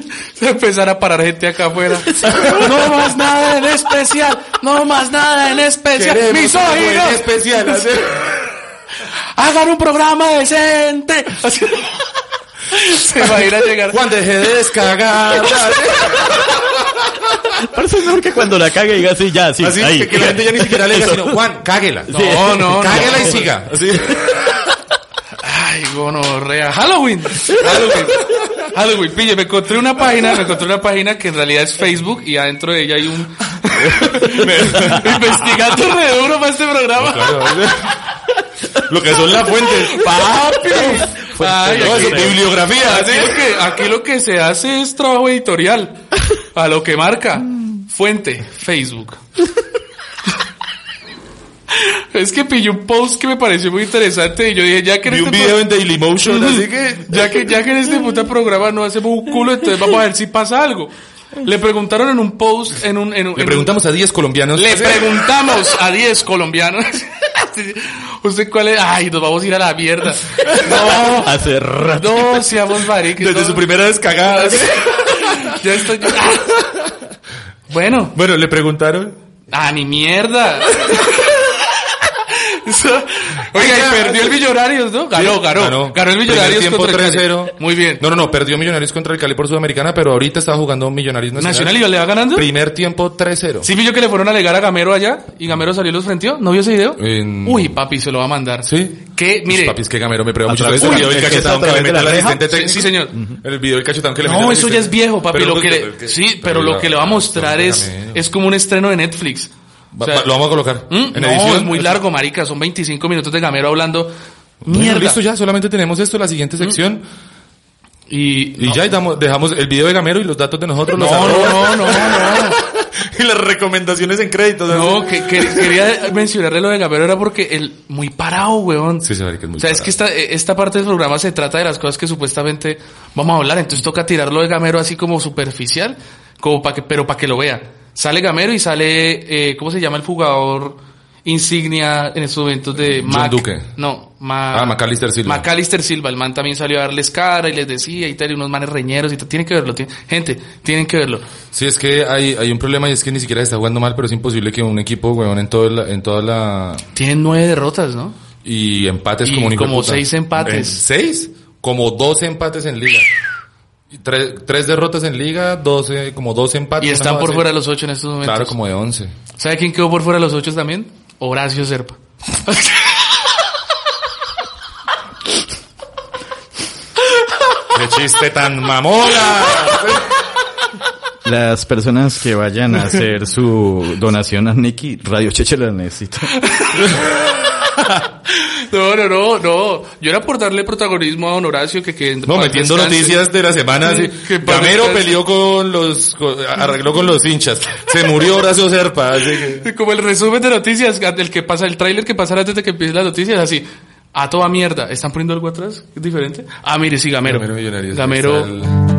Speaker 1: *laughs* Se va a empezar a parar gente acá afuera. No más nada en especial. No más nada en especial.
Speaker 2: Queremos algo en
Speaker 1: Misóginos.
Speaker 2: especial. hacer-
Speaker 1: Hagan un programa decente. Así- *laughs* Se va a ir a llegar.
Speaker 2: Juan, dejé de
Speaker 1: *laughs*
Speaker 2: descagar.
Speaker 3: Parece mejor que cuando la cague diga así, ya, así.
Speaker 2: Así
Speaker 3: ahí.
Speaker 2: Ah, que, que la gente ya ni siquiera le diga,
Speaker 3: Eso.
Speaker 2: sino, Juan, cáguela.
Speaker 3: Sí.
Speaker 1: No, no,
Speaker 2: cáguela
Speaker 1: no.
Speaker 2: y siga. Así.
Speaker 1: Ay, gonorrea. Halloween. Halloween. Halloween. Pille, me encontré una página, me encontré una página que en realidad es Facebook y adentro de ella hay
Speaker 2: *laughs*
Speaker 1: un... *laughs* Investigando re duro para este programa.
Speaker 2: Lo que son las fuentes.
Speaker 1: ¡Papi! Ay,
Speaker 2: No,
Speaker 1: aquí,
Speaker 2: eso, bibliografía.
Speaker 1: aquí lo que, aquí lo que se hace es trabajo editorial. A lo que marca. Fuente, Facebook. Es que pillé un post que me pareció muy interesante y yo dije, ya que en
Speaker 2: Vi un
Speaker 1: este pro-
Speaker 2: video en Dailymotion, así que...
Speaker 1: *laughs* ya que, ya que en
Speaker 2: *laughs*
Speaker 1: este puta programa no hacemos un culo, entonces vamos a ver si pasa algo. Le preguntaron en un post, en un, en un-
Speaker 2: Le
Speaker 1: en
Speaker 2: preguntamos a 10 colombianos.
Speaker 1: un- le preguntamos a 10 colombianos. *laughs* ¿Usted cuál es? Ay, nos vamos a ir a la
Speaker 2: *laughs*
Speaker 1: mierda. No,
Speaker 3: *laughs* Hace rato.
Speaker 1: no, seamos maricas.
Speaker 2: Desde
Speaker 1: no.
Speaker 2: su primera descagada. así.
Speaker 1: *laughs* Ya estoy. Bueno,
Speaker 2: Bueno, le preguntaron...
Speaker 1: a mi Ah, mierda. Eso- Oiga, y perdió el Millonarios, ¿no? Ganó, ganó. Ganó, el Millonarios
Speaker 2: Primer
Speaker 1: contra el
Speaker 2: tiempo 3-0.
Speaker 1: Cali. Muy bien.
Speaker 2: No, no, no, perdió Millonarios contra el Cali por Sudamericana, pero ahorita está jugando Millonarios
Speaker 1: Nacional iba- le va ganando.
Speaker 2: Primer tiempo 3-0.
Speaker 1: ¿Sí vio que le fueron a alegar a Gamero allá? ¿Y Gamero salió y los frenteó? ¿No vio ese video?
Speaker 2: En-
Speaker 1: Uy, papi, se lo va a mandar.
Speaker 2: Sí.
Speaker 1: Que,
Speaker 2: Mire.
Speaker 1: mire...
Speaker 2: Papi, es que Gamero me prueba
Speaker 3: A
Speaker 2: mucho.
Speaker 3: través
Speaker 2: ¿Sabes
Speaker 3: de-
Speaker 2: el video del
Speaker 3: Uy, es que está
Speaker 2: cachetón
Speaker 3: a
Speaker 2: que le
Speaker 3: través de
Speaker 2: mete
Speaker 3: la
Speaker 2: al
Speaker 3: reja?
Speaker 2: asistente
Speaker 1: Sí,
Speaker 2: técnico?
Speaker 1: sí, señor.
Speaker 2: Ujú. El video del cachetón que le mete
Speaker 1: No,
Speaker 2: al
Speaker 1: eso ya
Speaker 2: asistente.
Speaker 1: es viejo, papi.
Speaker 2: Pero pues,
Speaker 1: lo que,
Speaker 2: pero
Speaker 1: le- Sí, pero
Speaker 2: la-
Speaker 1: lo que le va a mostrar
Speaker 2: pero
Speaker 1: es...
Speaker 2: Gamero.
Speaker 1: Es como un estreno de Netflix. O
Speaker 2: Va-
Speaker 1: sea,
Speaker 2: va- lo vamos a colocar.
Speaker 1: ¿Mm?
Speaker 2: En
Speaker 1: No,
Speaker 2: edición.
Speaker 1: es muy largo, marica. Son 25 minutos de Gamero hablando.
Speaker 2: *laughs* Bueno,
Speaker 1: Mierda. ¿Mm?
Speaker 2: listo ya, solamente tenemos esto, la siguiente sección.
Speaker 1: Y.
Speaker 2: Y ya y damos- dejamos el video de Gamero y los datos de nosotros.
Speaker 1: No,
Speaker 2: los
Speaker 1: no,
Speaker 2: arroba.
Speaker 1: no, no, no.
Speaker 2: *laughs* *laughs* y las recomendaciones en créditos.
Speaker 1: No, que, que- quería mencionarle lo de Gamero era porque el muy parado, weón.
Speaker 2: Sí, se ve que es muy
Speaker 1: o sea, es
Speaker 2: parado.
Speaker 1: que esta, eh, esta parte del programa se trata de las cosas que supuestamente vamos a hablar, entonces toca tirarlo de Gamero así como superficial, como para que, pero para que lo vea. Sale Gamero y sale, eh, ¿cómo se llama el jugador insignia en estos momentos de
Speaker 2: John
Speaker 1: Mac?
Speaker 2: Duque.
Speaker 1: No, Ma-
Speaker 2: Ah, Macalister Silva.
Speaker 1: Macalister Silva, el man también salió a darles cara y les decía y tal, y unos manes reñeros y tal. Tienen que verlo, tiene- gente, tienen que verlo.
Speaker 2: Sí, es que hay, hay un problema y es que ni siquiera se está jugando mal, pero es imposible que un equipo, weón, en, todo la- en toda la...
Speaker 1: Tienen nueve derrotas, ¿no?
Speaker 2: Y empates
Speaker 1: Y
Speaker 2: como un hijo de
Speaker 1: como
Speaker 2: puta.
Speaker 1: seis empates.
Speaker 2: Eh, ¿Seis? Como dos empates en liga. Y Tres, tres derrotas en liga, doce, como dos empates.
Speaker 1: Y
Speaker 2: una
Speaker 1: están
Speaker 2: joda
Speaker 1: por
Speaker 2: así.
Speaker 1: fuera de los ocho en estos momentos.
Speaker 2: Claro, como de once.
Speaker 1: ¿Sabe quién quedó por fuera de los ocho también? Horacio Serpa.
Speaker 2: ¡Qué chiste tan mamona!
Speaker 3: Las personas que vayan a hacer su donación a Nicky, Radio Cheche la necesita.
Speaker 1: No, no, no, no. Yo era por darle protagonismo a don Horacio que, que
Speaker 2: No,
Speaker 1: para
Speaker 2: metiendo
Speaker 1: descanse.
Speaker 2: noticias de la semana. así.
Speaker 1: Que para
Speaker 2: Gamero
Speaker 1: descanse.
Speaker 2: peleó con los, con- arregló con los hinchas. Se murió Horacio Serpa. así que-
Speaker 1: Como el resumen de noticias, el que pasa, el tráiler que pasará antes de que empiece las noticias, así. A toda mierda. ¿Están poniendo algo atrás? ¿Es diferente? Ah, mire, sí, Gamero.
Speaker 2: Gamero Millonarios.
Speaker 1: Gamero.
Speaker 2: Está el-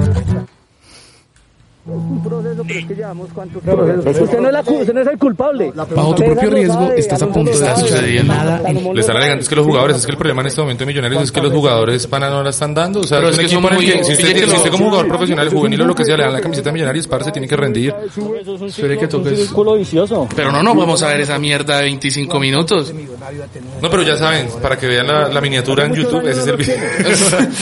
Speaker 4: un proceso, pero es que llevamos cuántos procesos. Usted no es, la cu- usted no es el culpable.
Speaker 1: Bajo tu propio riesgo, estás a punto de
Speaker 4: Está
Speaker 1: estar sucediendo.
Speaker 2: Le están alegando es que los jugadores, es que el problema en este momento de Millonarios es que los jugadores pana no la están dando. O sea,
Speaker 1: Pero
Speaker 2: es
Speaker 1: es
Speaker 2: un
Speaker 1: que son
Speaker 2: equipo en el
Speaker 1: muy-
Speaker 2: que si usted,
Speaker 1: fíjate
Speaker 2: si
Speaker 1: lo-
Speaker 2: usted como jugador profesional, juvenil o lo que sea, le dan la camiseta a Millonarios, par se tiene que rendir.
Speaker 1: Espere que toques.
Speaker 4: círculo vicioso.
Speaker 1: Pero no, no, vamos a ver esa mierda de 25 minutos.
Speaker 2: No, pero ya saben, para que vean la, la miniatura en YouTube, ese es el video. *laughs*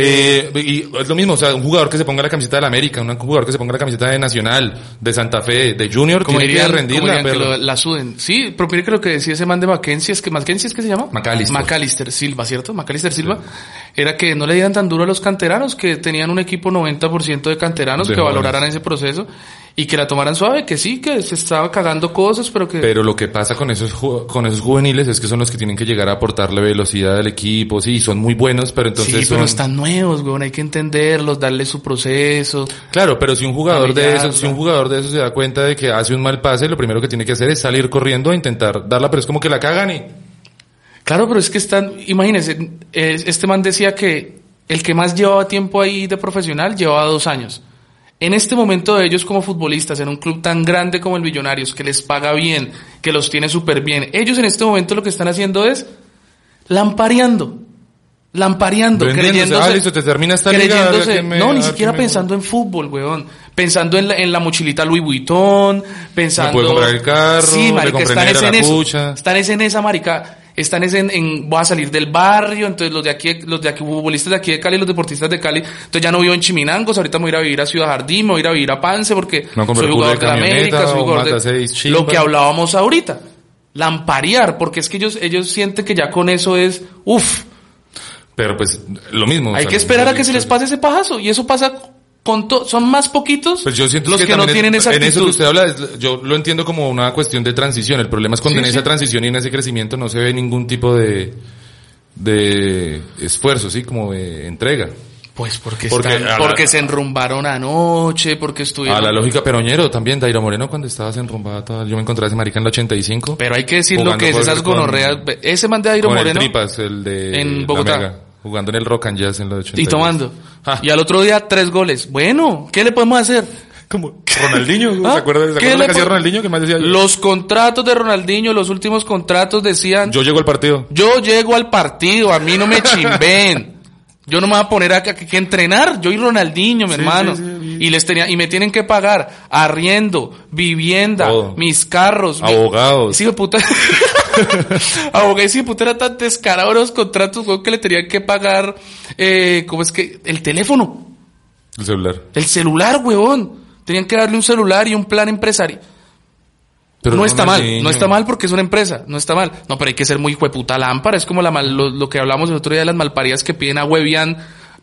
Speaker 2: Eh, y es lo mismo, o sea, un jugador que se ponga la camiseta de la América, un jugador que se ponga la camiseta de Nacional, de Santa Fe, de Junior,
Speaker 1: Como
Speaker 2: tiene
Speaker 1: dirían,
Speaker 2: que
Speaker 1: como
Speaker 2: rendirla,
Speaker 1: dirían que
Speaker 2: pero-
Speaker 1: lo- la suden. Sí, pero mire que lo que decía ese man de Mackenzie es que Mackenzie es que se llama
Speaker 2: McAllister.
Speaker 1: McAllister Silva, ¿cierto? Macalister Silva era que no le dieran tan duro a los canteranos, que tenían un equipo 90% de canteranos
Speaker 2: De
Speaker 1: que
Speaker 2: jóvenes.
Speaker 1: valoraran ese proceso y que la tomaran suave, que sí, que se estaba cagando cosas, pero que
Speaker 2: Pero lo que pasa con esos, ju- con esos juveniles es que son los que tienen que llegar a aportarle velocidad al equipo, sí, son muy buenos, pero entonces
Speaker 1: sí, pero
Speaker 2: son-
Speaker 1: están nuevos, weón, hay que entenderlos, darle su proceso.
Speaker 2: Claro, pero si un jugador de
Speaker 1: Camellarla.
Speaker 2: esos, si un jugador de esos se da cuenta de que hace un mal pase, lo primero que tiene que hacer es salir corriendo a intentar darla, pero es como que la cagan y
Speaker 1: Claro, pero es que están, imagínense, es- este man decía que el que más llevaba tiempo ahí de profesional llevaba dos años. En este momento de ellos como futbolistas, en un club tan grande como el Millonarios, que les paga bien, que los tiene súper bien, ellos en este momento lo que están haciendo es lampareando. Lampareando,
Speaker 2: Vendiéndose.
Speaker 1: creyéndose.
Speaker 2: Ah, listo, te termina esta liga, a ver
Speaker 1: creyéndose-
Speaker 2: quién me-
Speaker 1: no,
Speaker 2: a
Speaker 1: ni
Speaker 2: ver
Speaker 1: siquiera
Speaker 2: quién me-
Speaker 1: pensando en fútbol, weón. Pensando en la, en la mochilita Louis Vuitton, pensando.
Speaker 2: puedo comprar el carro,
Speaker 1: sí,
Speaker 2: le
Speaker 1: marica,
Speaker 2: compré
Speaker 1: están
Speaker 2: negra
Speaker 1: es
Speaker 2: la
Speaker 1: en eso.
Speaker 2: cucha.
Speaker 1: Están es en esa marica, están es en, en voy a salir del barrio, entonces los de aquí, los de aquí, futbolistas de aquí de Cali, los deportistas de Cali, entonces ya no vivo en Chiminangos, ahorita me voy a ir a vivir a Ciudad Jardín, me voy a ir a vivir a Pance porque
Speaker 2: Me voy a comprar
Speaker 1: soy jugador de
Speaker 2: culo
Speaker 1: la
Speaker 2: de
Speaker 1: América,
Speaker 2: camioneta
Speaker 1: soy
Speaker 2: o
Speaker 1: jugador
Speaker 2: Mazda
Speaker 1: de
Speaker 2: 6 chimba.
Speaker 1: lo que hablábamos ahorita, lamparear, porque es que ellos, ellos sienten que ya con eso es, uff,
Speaker 2: pero pues lo mismo. o
Speaker 1: hay
Speaker 2: sea,
Speaker 1: que
Speaker 2: los-
Speaker 1: esperar a que
Speaker 2: los-
Speaker 1: se les pase ese pajazo y eso pasa con todo, son más poquitos
Speaker 2: Pues yo siento
Speaker 1: los que, no
Speaker 2: también
Speaker 1: tienen
Speaker 2: en-
Speaker 1: esa
Speaker 2: en eso que
Speaker 1: actitud.
Speaker 2: usted habla, es- yo lo entiendo como una cuestión de transición. El problema es cuando
Speaker 1: Sí,
Speaker 2: en
Speaker 1: sí.
Speaker 2: esa transición y en ese crecimiento no se ve ningún tipo de de esfuerzo, sí, como de entrega.
Speaker 1: Pues porque,
Speaker 2: Porque
Speaker 1: están-
Speaker 2: a la-
Speaker 1: porque se enrumbaron anoche, porque estuvieron.
Speaker 2: A la lógica peroñero también, Dairo Moreno cuando estabas enrumbada, toda- yo me encontré a ese marica en el 85.
Speaker 1: Pero hay que decir lo
Speaker 2: Jugando
Speaker 1: que es
Speaker 2: con-
Speaker 1: esas
Speaker 2: con-
Speaker 1: gonorreas. Ese man de Airo
Speaker 2: con
Speaker 1: Moreno
Speaker 2: el Tripas, el de
Speaker 1: en
Speaker 2: La
Speaker 1: Bogotá.
Speaker 2: Mega, jugando en el Rock and Jazz en los 80.
Speaker 1: y tomando.
Speaker 2: Ja.
Speaker 1: Y al otro día tres goles. Bueno, ¿qué le podemos hacer?
Speaker 2: Como Ah, Ronaldinho,
Speaker 1: ¿Ah?
Speaker 2: ¿se acuerdan
Speaker 1: ¿Qué
Speaker 2: de
Speaker 1: le
Speaker 2: la que hacía
Speaker 1: po-
Speaker 2: Ronaldinho? que más decía?
Speaker 1: Los contratos de Ronaldinho, los últimos contratos decían, yo,
Speaker 2: Yo llego al partido.
Speaker 1: llego al partido, a mí no me
Speaker 2: *laughs*
Speaker 1: chimben. Yo no me voy a poner acá que, que entrenar, yo y Ronaldinho, mi hermano. Y les tenía, y me tienen que pagar arriendo, vivienda,
Speaker 2: Todo.
Speaker 1: mis carros, mi-
Speaker 2: Abogados.
Speaker 1: Sí, hijo de puta. *laughs* Abogado, ese hijo de puta era tan descarado de los contratos, weón, que le tenían que pagar, eh, ¿cómo es que? El teléfono,
Speaker 2: El celular.
Speaker 1: el celular, weón. Tenían que darle un celular y un plan empresario. no está mal,
Speaker 2: Ronaldinho.
Speaker 1: no está mal porque es una empresa, no está mal. No, pero hay que ser muy hijo de puta lámpara, es como la mal- lo, lo que hablamos el otro día de las malparías que piden a Huevian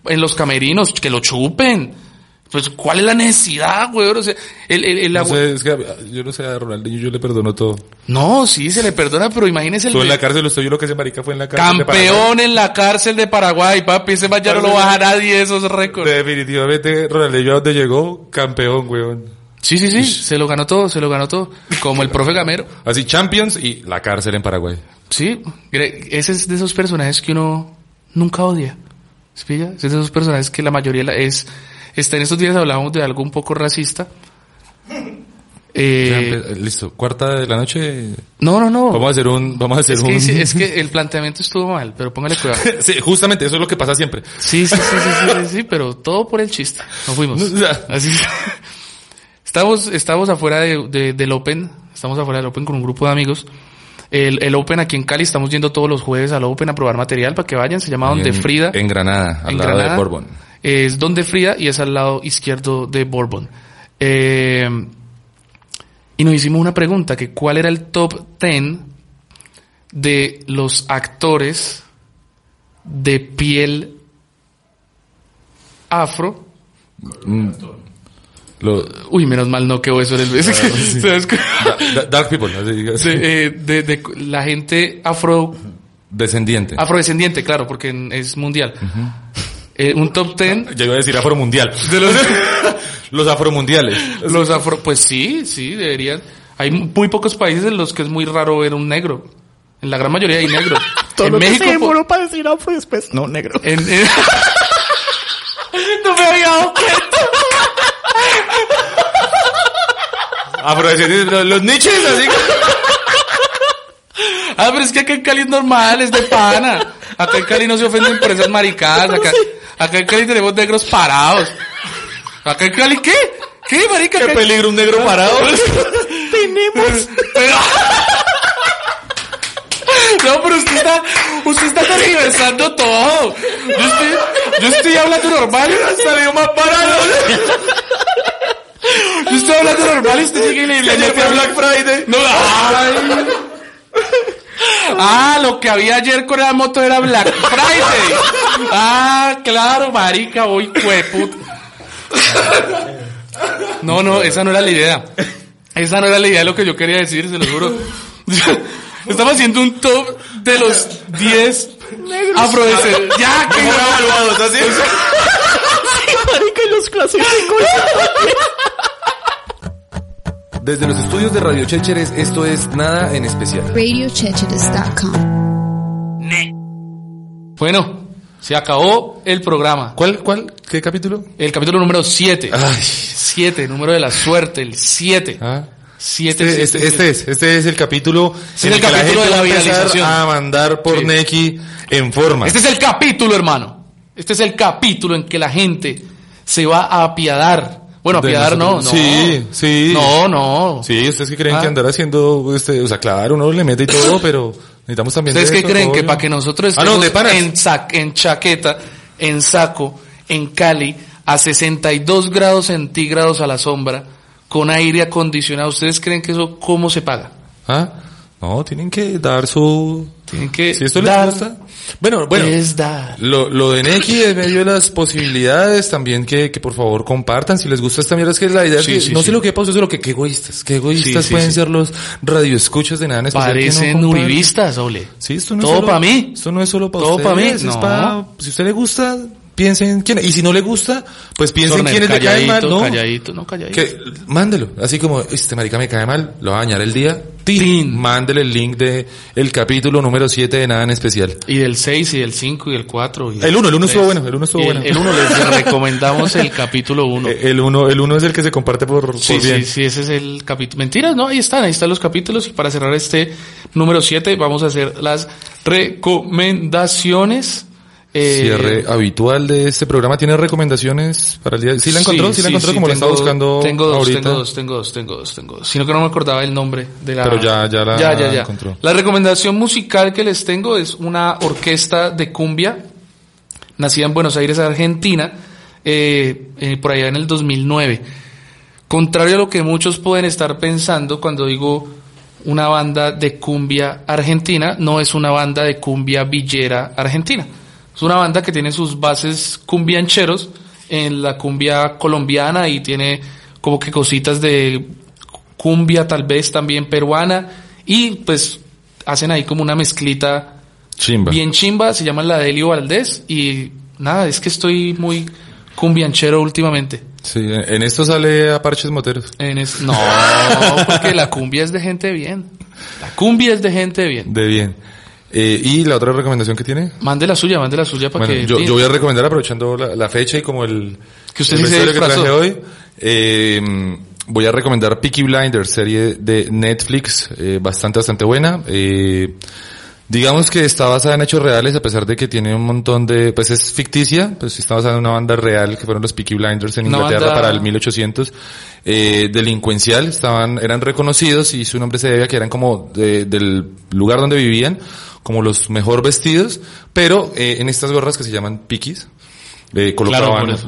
Speaker 1: en los camerinos, que lo chupen. Pues, ¿cuál es la necesidad, güey? O sea, el, el, el
Speaker 2: No
Speaker 1: abu-
Speaker 2: sé, es que ah, yo no sé, a Ronaldinho yo le perdono todo.
Speaker 1: No, sí, se le perdona, pero imagínese el
Speaker 2: Estuvo en la cárcel, usted yo lo que ese marica fue en la cárcel. de Paraguay.
Speaker 1: campeón en la cárcel de Paraguay, papi. Ese man ya no lo baja nadie esos récords.
Speaker 2: Definitivamente, Ronaldinho a donde llegó, campeón, weón.
Speaker 1: Sí, sí, sí. Se lo ganó todo, se lo ganó todo. Como el profe Gamero.
Speaker 2: Así, Champions y la cárcel en Paraguay.
Speaker 1: Sí, Gre- ese es de esos personajes que uno nunca odia. ¿Sí pilla? Es de esos personajes que la mayoría la- es... Está en estos días hablábamos de algo un poco racista. Eh,
Speaker 2: Ya, empe- Listo, cuarta de la noche.
Speaker 1: no, no, no.
Speaker 2: Vamos a hacer un, vamos a hacer
Speaker 1: es,
Speaker 2: un.
Speaker 1: que, dice- es que el planteamiento estuvo mal, pero póngale cuidado.
Speaker 2: *laughs* Sí, justamente, eso es lo que pasa siempre.
Speaker 1: Sí, sí, sí, sí, sí, sí, sí, pero todo por el chiste. Nos fuimos. Así es. Estamos, estamos afuera de- de- del Open. Estamos afuera del Open con un grupo de amigos. El, el Open aquí en Cali, estamos yendo todos los jueves al Open a probar material para que vayan. Se llama Donde
Speaker 2: En-
Speaker 1: Frida.
Speaker 2: En Granada, al
Speaker 1: en
Speaker 2: lado
Speaker 1: Granada.
Speaker 2: de Borbón.
Speaker 1: Es Donde Frida y es al lado izquierdo de Bourbon. Eh, y nos hicimos una pregunta, que cuál era el top 10 de los actores de piel afro.
Speaker 2: Lo-
Speaker 1: Uy, menos mal no quedó eso en el... *laughs* ¿Sabes qué?
Speaker 2: Da- da- dark People, así,
Speaker 1: Sí, eh, de- de la gente afro
Speaker 2: descendiente.
Speaker 1: afrodescendiente, claro, porque en- es mundial. Eh, un top 10
Speaker 2: Ya iba a decir afromundial.
Speaker 1: de los...
Speaker 2: *laughs* Los afromundiales.
Speaker 1: Los afro, pues sí, sí, deberían. Hay muy pocos países en los que es muy raro ver un negro. En la gran mayoría hay *laughs* negros. en México. po-
Speaker 3: para decir afro después. No, negro.
Speaker 1: en- en- *laughs* no me había dado cuenta.
Speaker 2: Afrodescendientes, los, los niches, así.
Speaker 1: Ah, pero es que acá en Cali es normal, es de pana. Acá en Cali no se ofenden por esas maricadas. Acá, acá en Cali tenemos negros parados. ¿Acá en Cali qué? ¿Qué, marica?
Speaker 2: Qué
Speaker 1: Acá-
Speaker 2: peligro un negro parado.
Speaker 1: *laughs* tenemos. No, pero usted está, usted está tergiversando todo. Yo estoy, yo estoy hablando normal y salió más parado. Yo Pues estoy hablando normal y usted llega y le, le
Speaker 2: Ayer
Speaker 1: mete
Speaker 2: fue
Speaker 1: a
Speaker 2: Black Friday. *laughs*
Speaker 1: No, ay. Ah, lo que había ayer con la moto era Black Friday. Ah, claro, marica, hoy cueput. No, no, esa no era la idea. Esa no era la idea de lo que yo quería decir, se lo juro. *laughs* Estamos haciendo un top de los 10 afrodescendientes. Ya,
Speaker 2: *laughs*
Speaker 1: que
Speaker 2: Evaluados, así. Desde los estudios de Radio Chécheres, esto es Nada en Especial.
Speaker 5: RadioChechetes.com.
Speaker 1: Bueno, se acabó el programa.
Speaker 2: ¿Cuál, cuál, qué capítulo?
Speaker 1: El capítulo número 7.
Speaker 2: Ay.
Speaker 1: 7, número de la suerte, el 7.
Speaker 2: Ah.
Speaker 1: 7.
Speaker 2: Este, este- este es, este es el capítulo. en
Speaker 1: el
Speaker 2: que la
Speaker 1: capítulo
Speaker 2: gente
Speaker 1: de la
Speaker 2: va a empezar
Speaker 1: viralización.
Speaker 2: A mandar por
Speaker 1: Sí.
Speaker 2: Neki en forma.
Speaker 1: Este es el capítulo, hermano. Este es el capítulo en que la gente se va a apiadar. Bueno,
Speaker 2: De
Speaker 1: apiadar no, no.
Speaker 2: nosotros. Sí, sí.
Speaker 1: No, no.
Speaker 2: Sí, ustedes que creen
Speaker 1: Ah.
Speaker 2: que andar haciendo, este, o sea, claro, uno le mete y todo, pero necesitamos también.
Speaker 1: ¿Ustedes
Speaker 2: de
Speaker 1: qué
Speaker 2: eso,
Speaker 1: creen?
Speaker 2: obvio.
Speaker 1: Que para que nosotros
Speaker 2: Ah, no, de panas.
Speaker 1: en, sa- en chaqueta, en saco, en Cali, a 62 grados centígrados a la sombra, con aire acondicionado, ¿ustedes creen que eso cómo se paga?
Speaker 2: Ah, no, tienen que dar su.
Speaker 1: Tienen que
Speaker 2: Si esto
Speaker 1: dar
Speaker 2: les gusta. Bueno, bueno.
Speaker 1: es dar.
Speaker 2: Lo, lo de Neki en medio de las posibilidades también que, que por favor compartan si les gusta esta mierda es que la idea
Speaker 1: Sí,
Speaker 2: es que
Speaker 1: sí,
Speaker 2: no
Speaker 1: sí.
Speaker 2: sé lo que pasó, eso es lo que qué egoístas, qué egoístas
Speaker 1: Sí, sí,
Speaker 2: pueden
Speaker 1: sí.
Speaker 2: ser los radioescuchas de nada en especial. que no
Speaker 1: Parecen
Speaker 2: comparten.
Speaker 1: uribistas, ole.
Speaker 2: Sí, esto no es
Speaker 1: Todo
Speaker 2: solo-
Speaker 1: para mí.
Speaker 2: Esto no es solo para
Speaker 1: Todo
Speaker 2: ustedes.
Speaker 1: pa' mí,
Speaker 2: es
Speaker 1: no.
Speaker 2: pa- si a usted le gusta, piensen quién y si no le gusta, pues piensen
Speaker 1: Sornel,
Speaker 2: quiénes le caen mal,
Speaker 1: calladito,
Speaker 2: no.
Speaker 1: calladito, no calladito.
Speaker 2: Que mándelo, así como este marica me cae mal, lo va a dañar el día. Tin,
Speaker 1: Tin.
Speaker 2: Mándele el link de el capítulo número 7 de nada en especial.
Speaker 1: Y del 6 y del 5 y del 4. y
Speaker 2: El uno, el uno
Speaker 1: tres.
Speaker 2: estuvo bueno, el uno estuvo
Speaker 1: Y
Speaker 2: bueno.
Speaker 1: Pues, El 1
Speaker 2: *laughs*
Speaker 1: les recomendamos el capítulo 1.
Speaker 2: Eh, El uno, el uno es el que se comparte por, por
Speaker 1: Sí,
Speaker 2: bien.
Speaker 1: sí, sí, ese es el capítulo. Mentiras, no, ahí están, ahí están los capítulos. Y para cerrar este número 7 vamos a hacer las recomendaciones. Eh,
Speaker 2: Cierre habitual de este programa. ¿Tiene recomendaciones para el día? Sí la encontró, sí, la encontró como la
Speaker 1: tengo-
Speaker 2: estaba buscando
Speaker 1: Tengo dos,
Speaker 2: ahorita.
Speaker 1: tengo dos, tengo dos, tengo dos, tengo dos. Sino que no me acordaba el nombre de la...
Speaker 2: Pero ya- ya la
Speaker 1: ya, ya, ya.
Speaker 2: encontró.
Speaker 1: La recomendación musical que les tengo es una orquesta de cumbia, nacida en Buenos Aires, Argentina, eh, eh, por allá en el 2009. Contrario a lo que muchos pueden estar pensando cuando digo una banda de cumbia argentina, no es una banda de cumbia villera argentina. Es una banda que tiene sus bases cumbiancheros en la cumbia colombiana y tiene como que cositas de cumbia tal vez también peruana y pues hacen ahí como una mezclita
Speaker 2: Chimba.
Speaker 1: bien chimba, se llama la de Elio Valdés y nada, es que estoy muy cumbianchero últimamente.
Speaker 2: Sí, en esto sale a Parches Moteros.
Speaker 1: En es- no, porque la cumbia es de gente bien. La cumbia es de gente bien.
Speaker 2: De bien. Eh, ¿Y la otra recomendación que tiene?
Speaker 1: Mande la suya, mande la suya para
Speaker 2: Bueno,
Speaker 1: que...
Speaker 2: yo, yo voy a recomendar, aprovechando la, la fecha y como el,
Speaker 1: Que usted
Speaker 2: el
Speaker 1: sí se
Speaker 2: vestuario que
Speaker 1: disfrazó.
Speaker 2: traje hoy, eh, voy a recomendar Peaky Blinders, serie de Netflix, eh, bastante, bastante buena. Eh, digamos que está basada en hechos reales, a pesar de que tiene un montón de... Pues es ficticia, pues sí está basada en una banda real, que fueron los Peaky Blinders en
Speaker 1: Una
Speaker 2: Inglaterra
Speaker 1: banda-
Speaker 2: para el 1800. Eh, delincuencial, estaban, eran reconocidos y su nombre se debe a que eran como de- del lugar donde vivían, como los mejor vestidos, pero eh, en estas gorras que se llaman piquis, eh, colocaban
Speaker 1: por eso.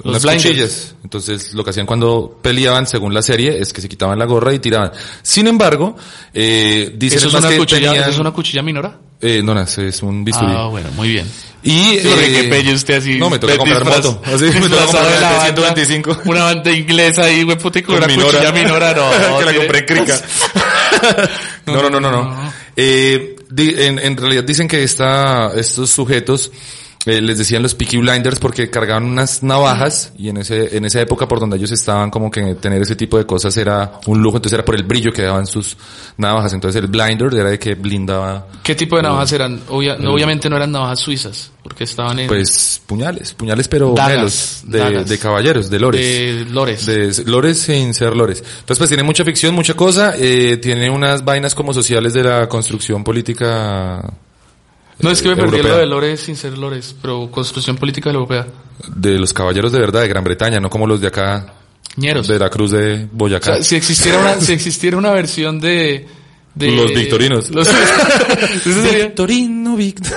Speaker 1: Los
Speaker 2: unas
Speaker 1: blinders.
Speaker 2: cuchillas. Entonces, lo que hacían cuando peleaban, según la serie, es que se quitaban la gorra y tiraban. Sin embargo, eh, dicen
Speaker 1: ¿Eso es,
Speaker 2: más
Speaker 1: una
Speaker 2: que
Speaker 1: cuchilla,
Speaker 2: tenían-
Speaker 1: eso es una cuchilla minora?
Speaker 2: eh, no, no, es un bisturí.
Speaker 1: Ah, bueno, muy bien.
Speaker 2: Y, eh,
Speaker 1: Porque qué pelle usted así.
Speaker 2: No, me toca
Speaker 1: de
Speaker 2: comprar
Speaker 1: disfraz-
Speaker 2: moto. *laughs* Así
Speaker 1: *laughs*
Speaker 2: me toca
Speaker 1: disfrazado
Speaker 2: comprar
Speaker 1: de la
Speaker 2: la de
Speaker 1: banda,
Speaker 2: 125.
Speaker 1: Una banda inglesa ahí, güey, puta, y con,
Speaker 2: *laughs* Con
Speaker 1: una
Speaker 2: minora.
Speaker 1: cuchilla minora, no. *laughs*
Speaker 2: *laughs* que la
Speaker 1: tiene-
Speaker 2: compré en Crica. *laughs* no, no, no, no, no. Eh, di- en, en realidad dicen que esta, estos sujetos eh, les decían los Peaky Blinders porque cargaban unas navajas y en ese en esa época por donde ellos estaban como que tener ese tipo de cosas era un lujo, entonces era por el brillo que daban sus navajas, entonces el blinder era de que blindaba
Speaker 1: ¿Qué tipo de navajas eran? Obvia- no, obviamente no eran navajas suizas, porque estaban en...
Speaker 2: Mm. pues puñales, puñales pero
Speaker 1: Dagas,
Speaker 2: melos de,
Speaker 1: dagas.
Speaker 2: de caballeros, de lores.
Speaker 1: de lores.
Speaker 2: pues, De s- Lores sin ser Lores. Entonces, pues tiene mucha ficción, mucha cosa. eh, tiene unas vainas como sociales de la construcción política
Speaker 1: no, es que me
Speaker 2: eh,
Speaker 1: perdí lo
Speaker 2: europea.
Speaker 1: de lores sin ser lores, pero construcción política europea.
Speaker 2: de los caballeros de verdad de Gran Bretaña, no como los de acá,
Speaker 1: Ñeros.
Speaker 2: de la Cruz de Boyacá.
Speaker 1: O sea, si existiera
Speaker 2: *laughs*
Speaker 1: una, si existiera una versión de, de-
Speaker 2: Los victorinos.
Speaker 1: Los- *laughs* Eso sería-
Speaker 2: Victorino, Vict-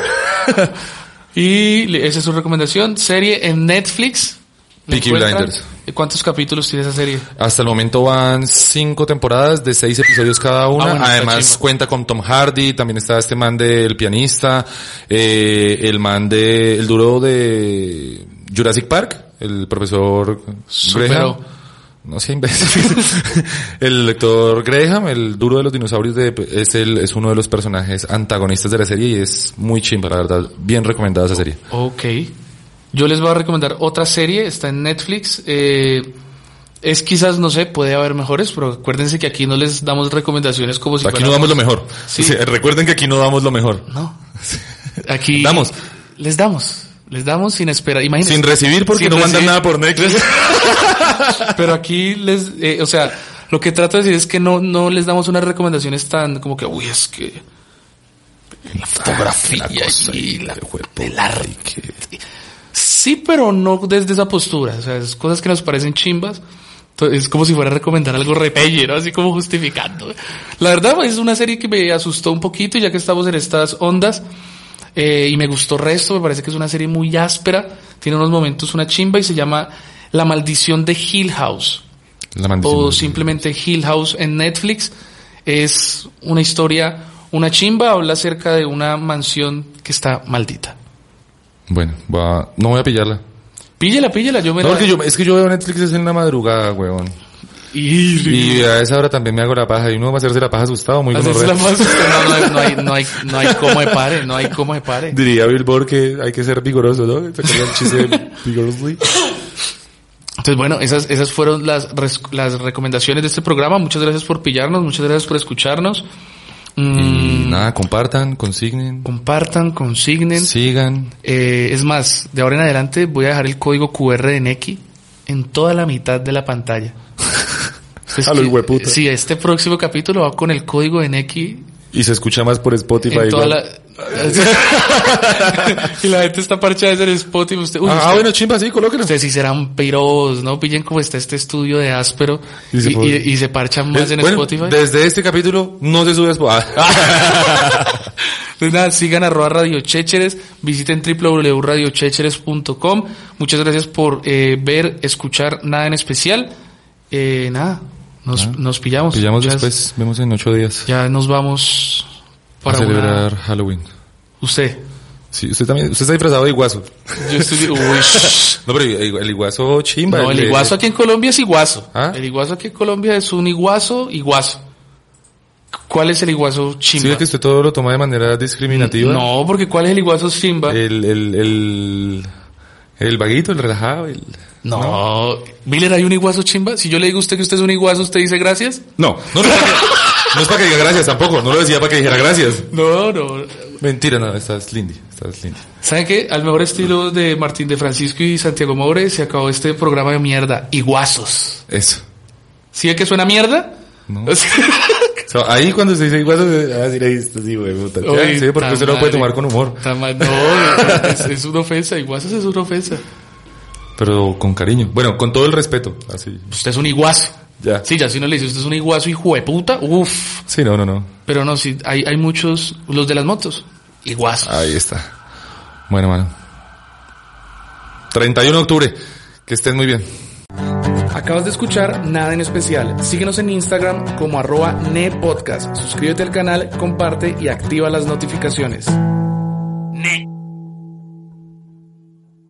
Speaker 1: Y le- esa es su recomendación. Serie en Netflix. ¿La
Speaker 2: Peaky
Speaker 1: encuentran?
Speaker 2: Blinders.
Speaker 1: ¿Cuántos capítulos tiene esa serie?
Speaker 2: Hasta el momento van cinco temporadas de seis episodios cada una.
Speaker 1: Ah, bueno, está
Speaker 2: Además
Speaker 1: chimba.
Speaker 2: cuenta con Tom Hardy, también está este man del pianista, eh, el man de el duro de Jurassic Park, el profesor
Speaker 1: Superó.
Speaker 2: Graham. No sé, imbécil. *laughs* el lector Graham, el duro de los dinosaurios, de, es, el, es uno de los personajes antagonistas de la serie y es muy chimba, la verdad. Bien recomendada esa serie.
Speaker 1: Ok. Yo les voy a recomendar otra serie, está en Netflix. eh, es quizás, no sé, puede haber mejores, pero acuérdense que aquí no les damos recomendaciones como si
Speaker 2: Aquí
Speaker 1: fuera-
Speaker 2: no damos lo mejor.
Speaker 1: Sí.
Speaker 2: O sea, *laughs* recuerden que aquí no damos lo mejor. *laughs*
Speaker 1: No. Aquí...
Speaker 2: Damos.
Speaker 1: Les damos. Les damos sin esperar. Imagínense.
Speaker 2: Sin recibir porque
Speaker 1: Sin
Speaker 2: no mandan
Speaker 1: recibir.
Speaker 2: nada por
Speaker 1: *laughs*
Speaker 2: Netflix.
Speaker 1: Pero aquí les, eh, o sea, lo que trato de decir es que no, no les damos unas recomendaciones tan como que, uy, es que la fotografía y la, el arte. Sí, pero no desde esa postura. O sea, es cosas que nos parecen chimbas. Entonces, Es como si fuera a recomendar algo repelle, ¿no? Así como justificando. La verdad, pues, es una serie que me asustó un poquito, ya que estamos en estas ondas. Eh, y me gustó resto, me parece que es una serie muy áspera, tiene unos momentos una chimba y se llama La maldición de Hill House
Speaker 2: La maldición.
Speaker 1: o simplemente Hill House en Netflix. Es una historia, una chimba, habla acerca de una mansión que está maldita.
Speaker 2: Bueno, va- no voy a pillarla.
Speaker 1: Píllela, píllela, yo me
Speaker 2: No,
Speaker 1: la-
Speaker 2: porque yo, es que yo veo Netflix es en la madrugada, weón.
Speaker 1: Y-
Speaker 2: Y a esa hora también me hago la paja. Y uno va a hacerse la paja asustado, muy
Speaker 1: Hacerse la
Speaker 2: gonorrea.
Speaker 1: más- no, no, no hay, no hay, no hay cómo de pare, no hay cómo de
Speaker 2: *laughs*
Speaker 1: pare.
Speaker 2: Diría Billboard que hay que ser vigoroso, ¿no? ¿Se acuerdan el chiste *laughs* de vigorously?
Speaker 1: Entonces, bueno, esas, esas fueron las, res- las recomendaciones de este programa. Muchas gracias por pillarnos, muchas gracias por escucharnos. Mm,
Speaker 2: Y nada, compartan, consignen,
Speaker 1: Compartan, consignen.
Speaker 2: sigan.
Speaker 1: Eh, es más, de ahora en adelante voy a dejar el código QR de Neki en toda la mitad de la
Speaker 2: *laughs*
Speaker 1: pantalla. Entonces,
Speaker 2: A lo
Speaker 1: que-
Speaker 2: hijueputa.
Speaker 1: Sí, este próximo capítulo va con el código de Neki
Speaker 2: Y se escucha más por Spotify.
Speaker 1: en toda
Speaker 2: igual.
Speaker 1: la... *laughs* y la gente está parchada desde el Spotify. Usted, uy,
Speaker 2: Ah,
Speaker 1: usted-
Speaker 2: ah, bueno, chimba, sí, colóquenlo.
Speaker 1: Ustedes sí serán pirobos, ¿no? Pillen cómo está este estudio de áspero y,
Speaker 2: Y se
Speaker 1: y-
Speaker 2: puede.
Speaker 1: y se parchan más
Speaker 2: Eh,
Speaker 1: en
Speaker 2: bueno,
Speaker 1: Spotify. Ah.
Speaker 2: desde este capítulo no se sube a Ah. Spotify.
Speaker 1: *laughs* Pues nada, sigan arroba Radio Chécheres, visiten www.radiochécheres.com. Muchas gracias por eh, ver, escuchar nada en especial. Eh, nada, nos, nos pillamos.
Speaker 2: *laughs* Pillamos
Speaker 1: ya,
Speaker 2: después, vemos en ocho días.
Speaker 1: Ya nos vamos
Speaker 2: Para
Speaker 1: para
Speaker 2: celebrar
Speaker 1: una-
Speaker 2: Halloween.
Speaker 1: Usted.
Speaker 2: Sí, usted también, usted está disfrazado de iguazo.
Speaker 1: Yo estoy... *laughs* Uy,
Speaker 2: No, pero el iguazo chimba.
Speaker 1: No, el
Speaker 2: de-
Speaker 1: iguazo aquí en Colombia es iguazo.
Speaker 2: ¿Ah?
Speaker 1: El iguazo aquí en Colombia es un iguazo, iguazo. ¿Cuál es el iguazo
Speaker 2: Sí,
Speaker 1: chimba?
Speaker 2: ve que usted todo lo toma de manera discriminativa.
Speaker 1: no, porque ¿cuál es el iguazo chimba?
Speaker 2: El, el, el, el vaguito, el relajado, el...
Speaker 1: no. Miller, ¿hay un iguazo chimba? Si yo le digo a usted que usted es un iguazo, ¿usted dice gracias?
Speaker 2: No, no, no, es para que, no es para que diga gracias tampoco, no lo decía para que dijera gracias.
Speaker 1: No, no.
Speaker 2: Mentira, no, estás lindy, estás lindy.
Speaker 1: ¿Saben qué? Al mejor estilo de Martín de Francisco y Santiago Mobre se acabó este programa de mierda. Iguazos.
Speaker 2: Eso.
Speaker 1: ¿Sí ve que suena mierda?
Speaker 2: No. O sea, ahí cuando se dice iguazo, se- ah, sí, ahí está, sí, güey, puta. Ya,
Speaker 1: Uy,
Speaker 2: sí, porque
Speaker 1: tan
Speaker 2: usted lo puede
Speaker 1: madre.
Speaker 2: tomar con humor,
Speaker 1: Tan mal- No, es, es una ofensa. Iguazos es una ofensa.
Speaker 2: pero con cariño. Bueno, con todo el respeto, así,
Speaker 1: Usted es un iguazo.
Speaker 2: ya.
Speaker 1: Sí, ya si uno le dice usted es un iguazo, hijo de puta, uff.
Speaker 2: Sí, no, no, no.
Speaker 1: Pero no, sí, hay, hay muchos, los de las motos, iguazos.
Speaker 2: Ahí está. Bueno, mano. 31 de octubre. Que estén muy bien.
Speaker 1: Acabas de escuchar Nada en Especial. Síguenos en Instagram como arroba nepodcast. Suscríbete al canal, comparte y activa las notificaciones.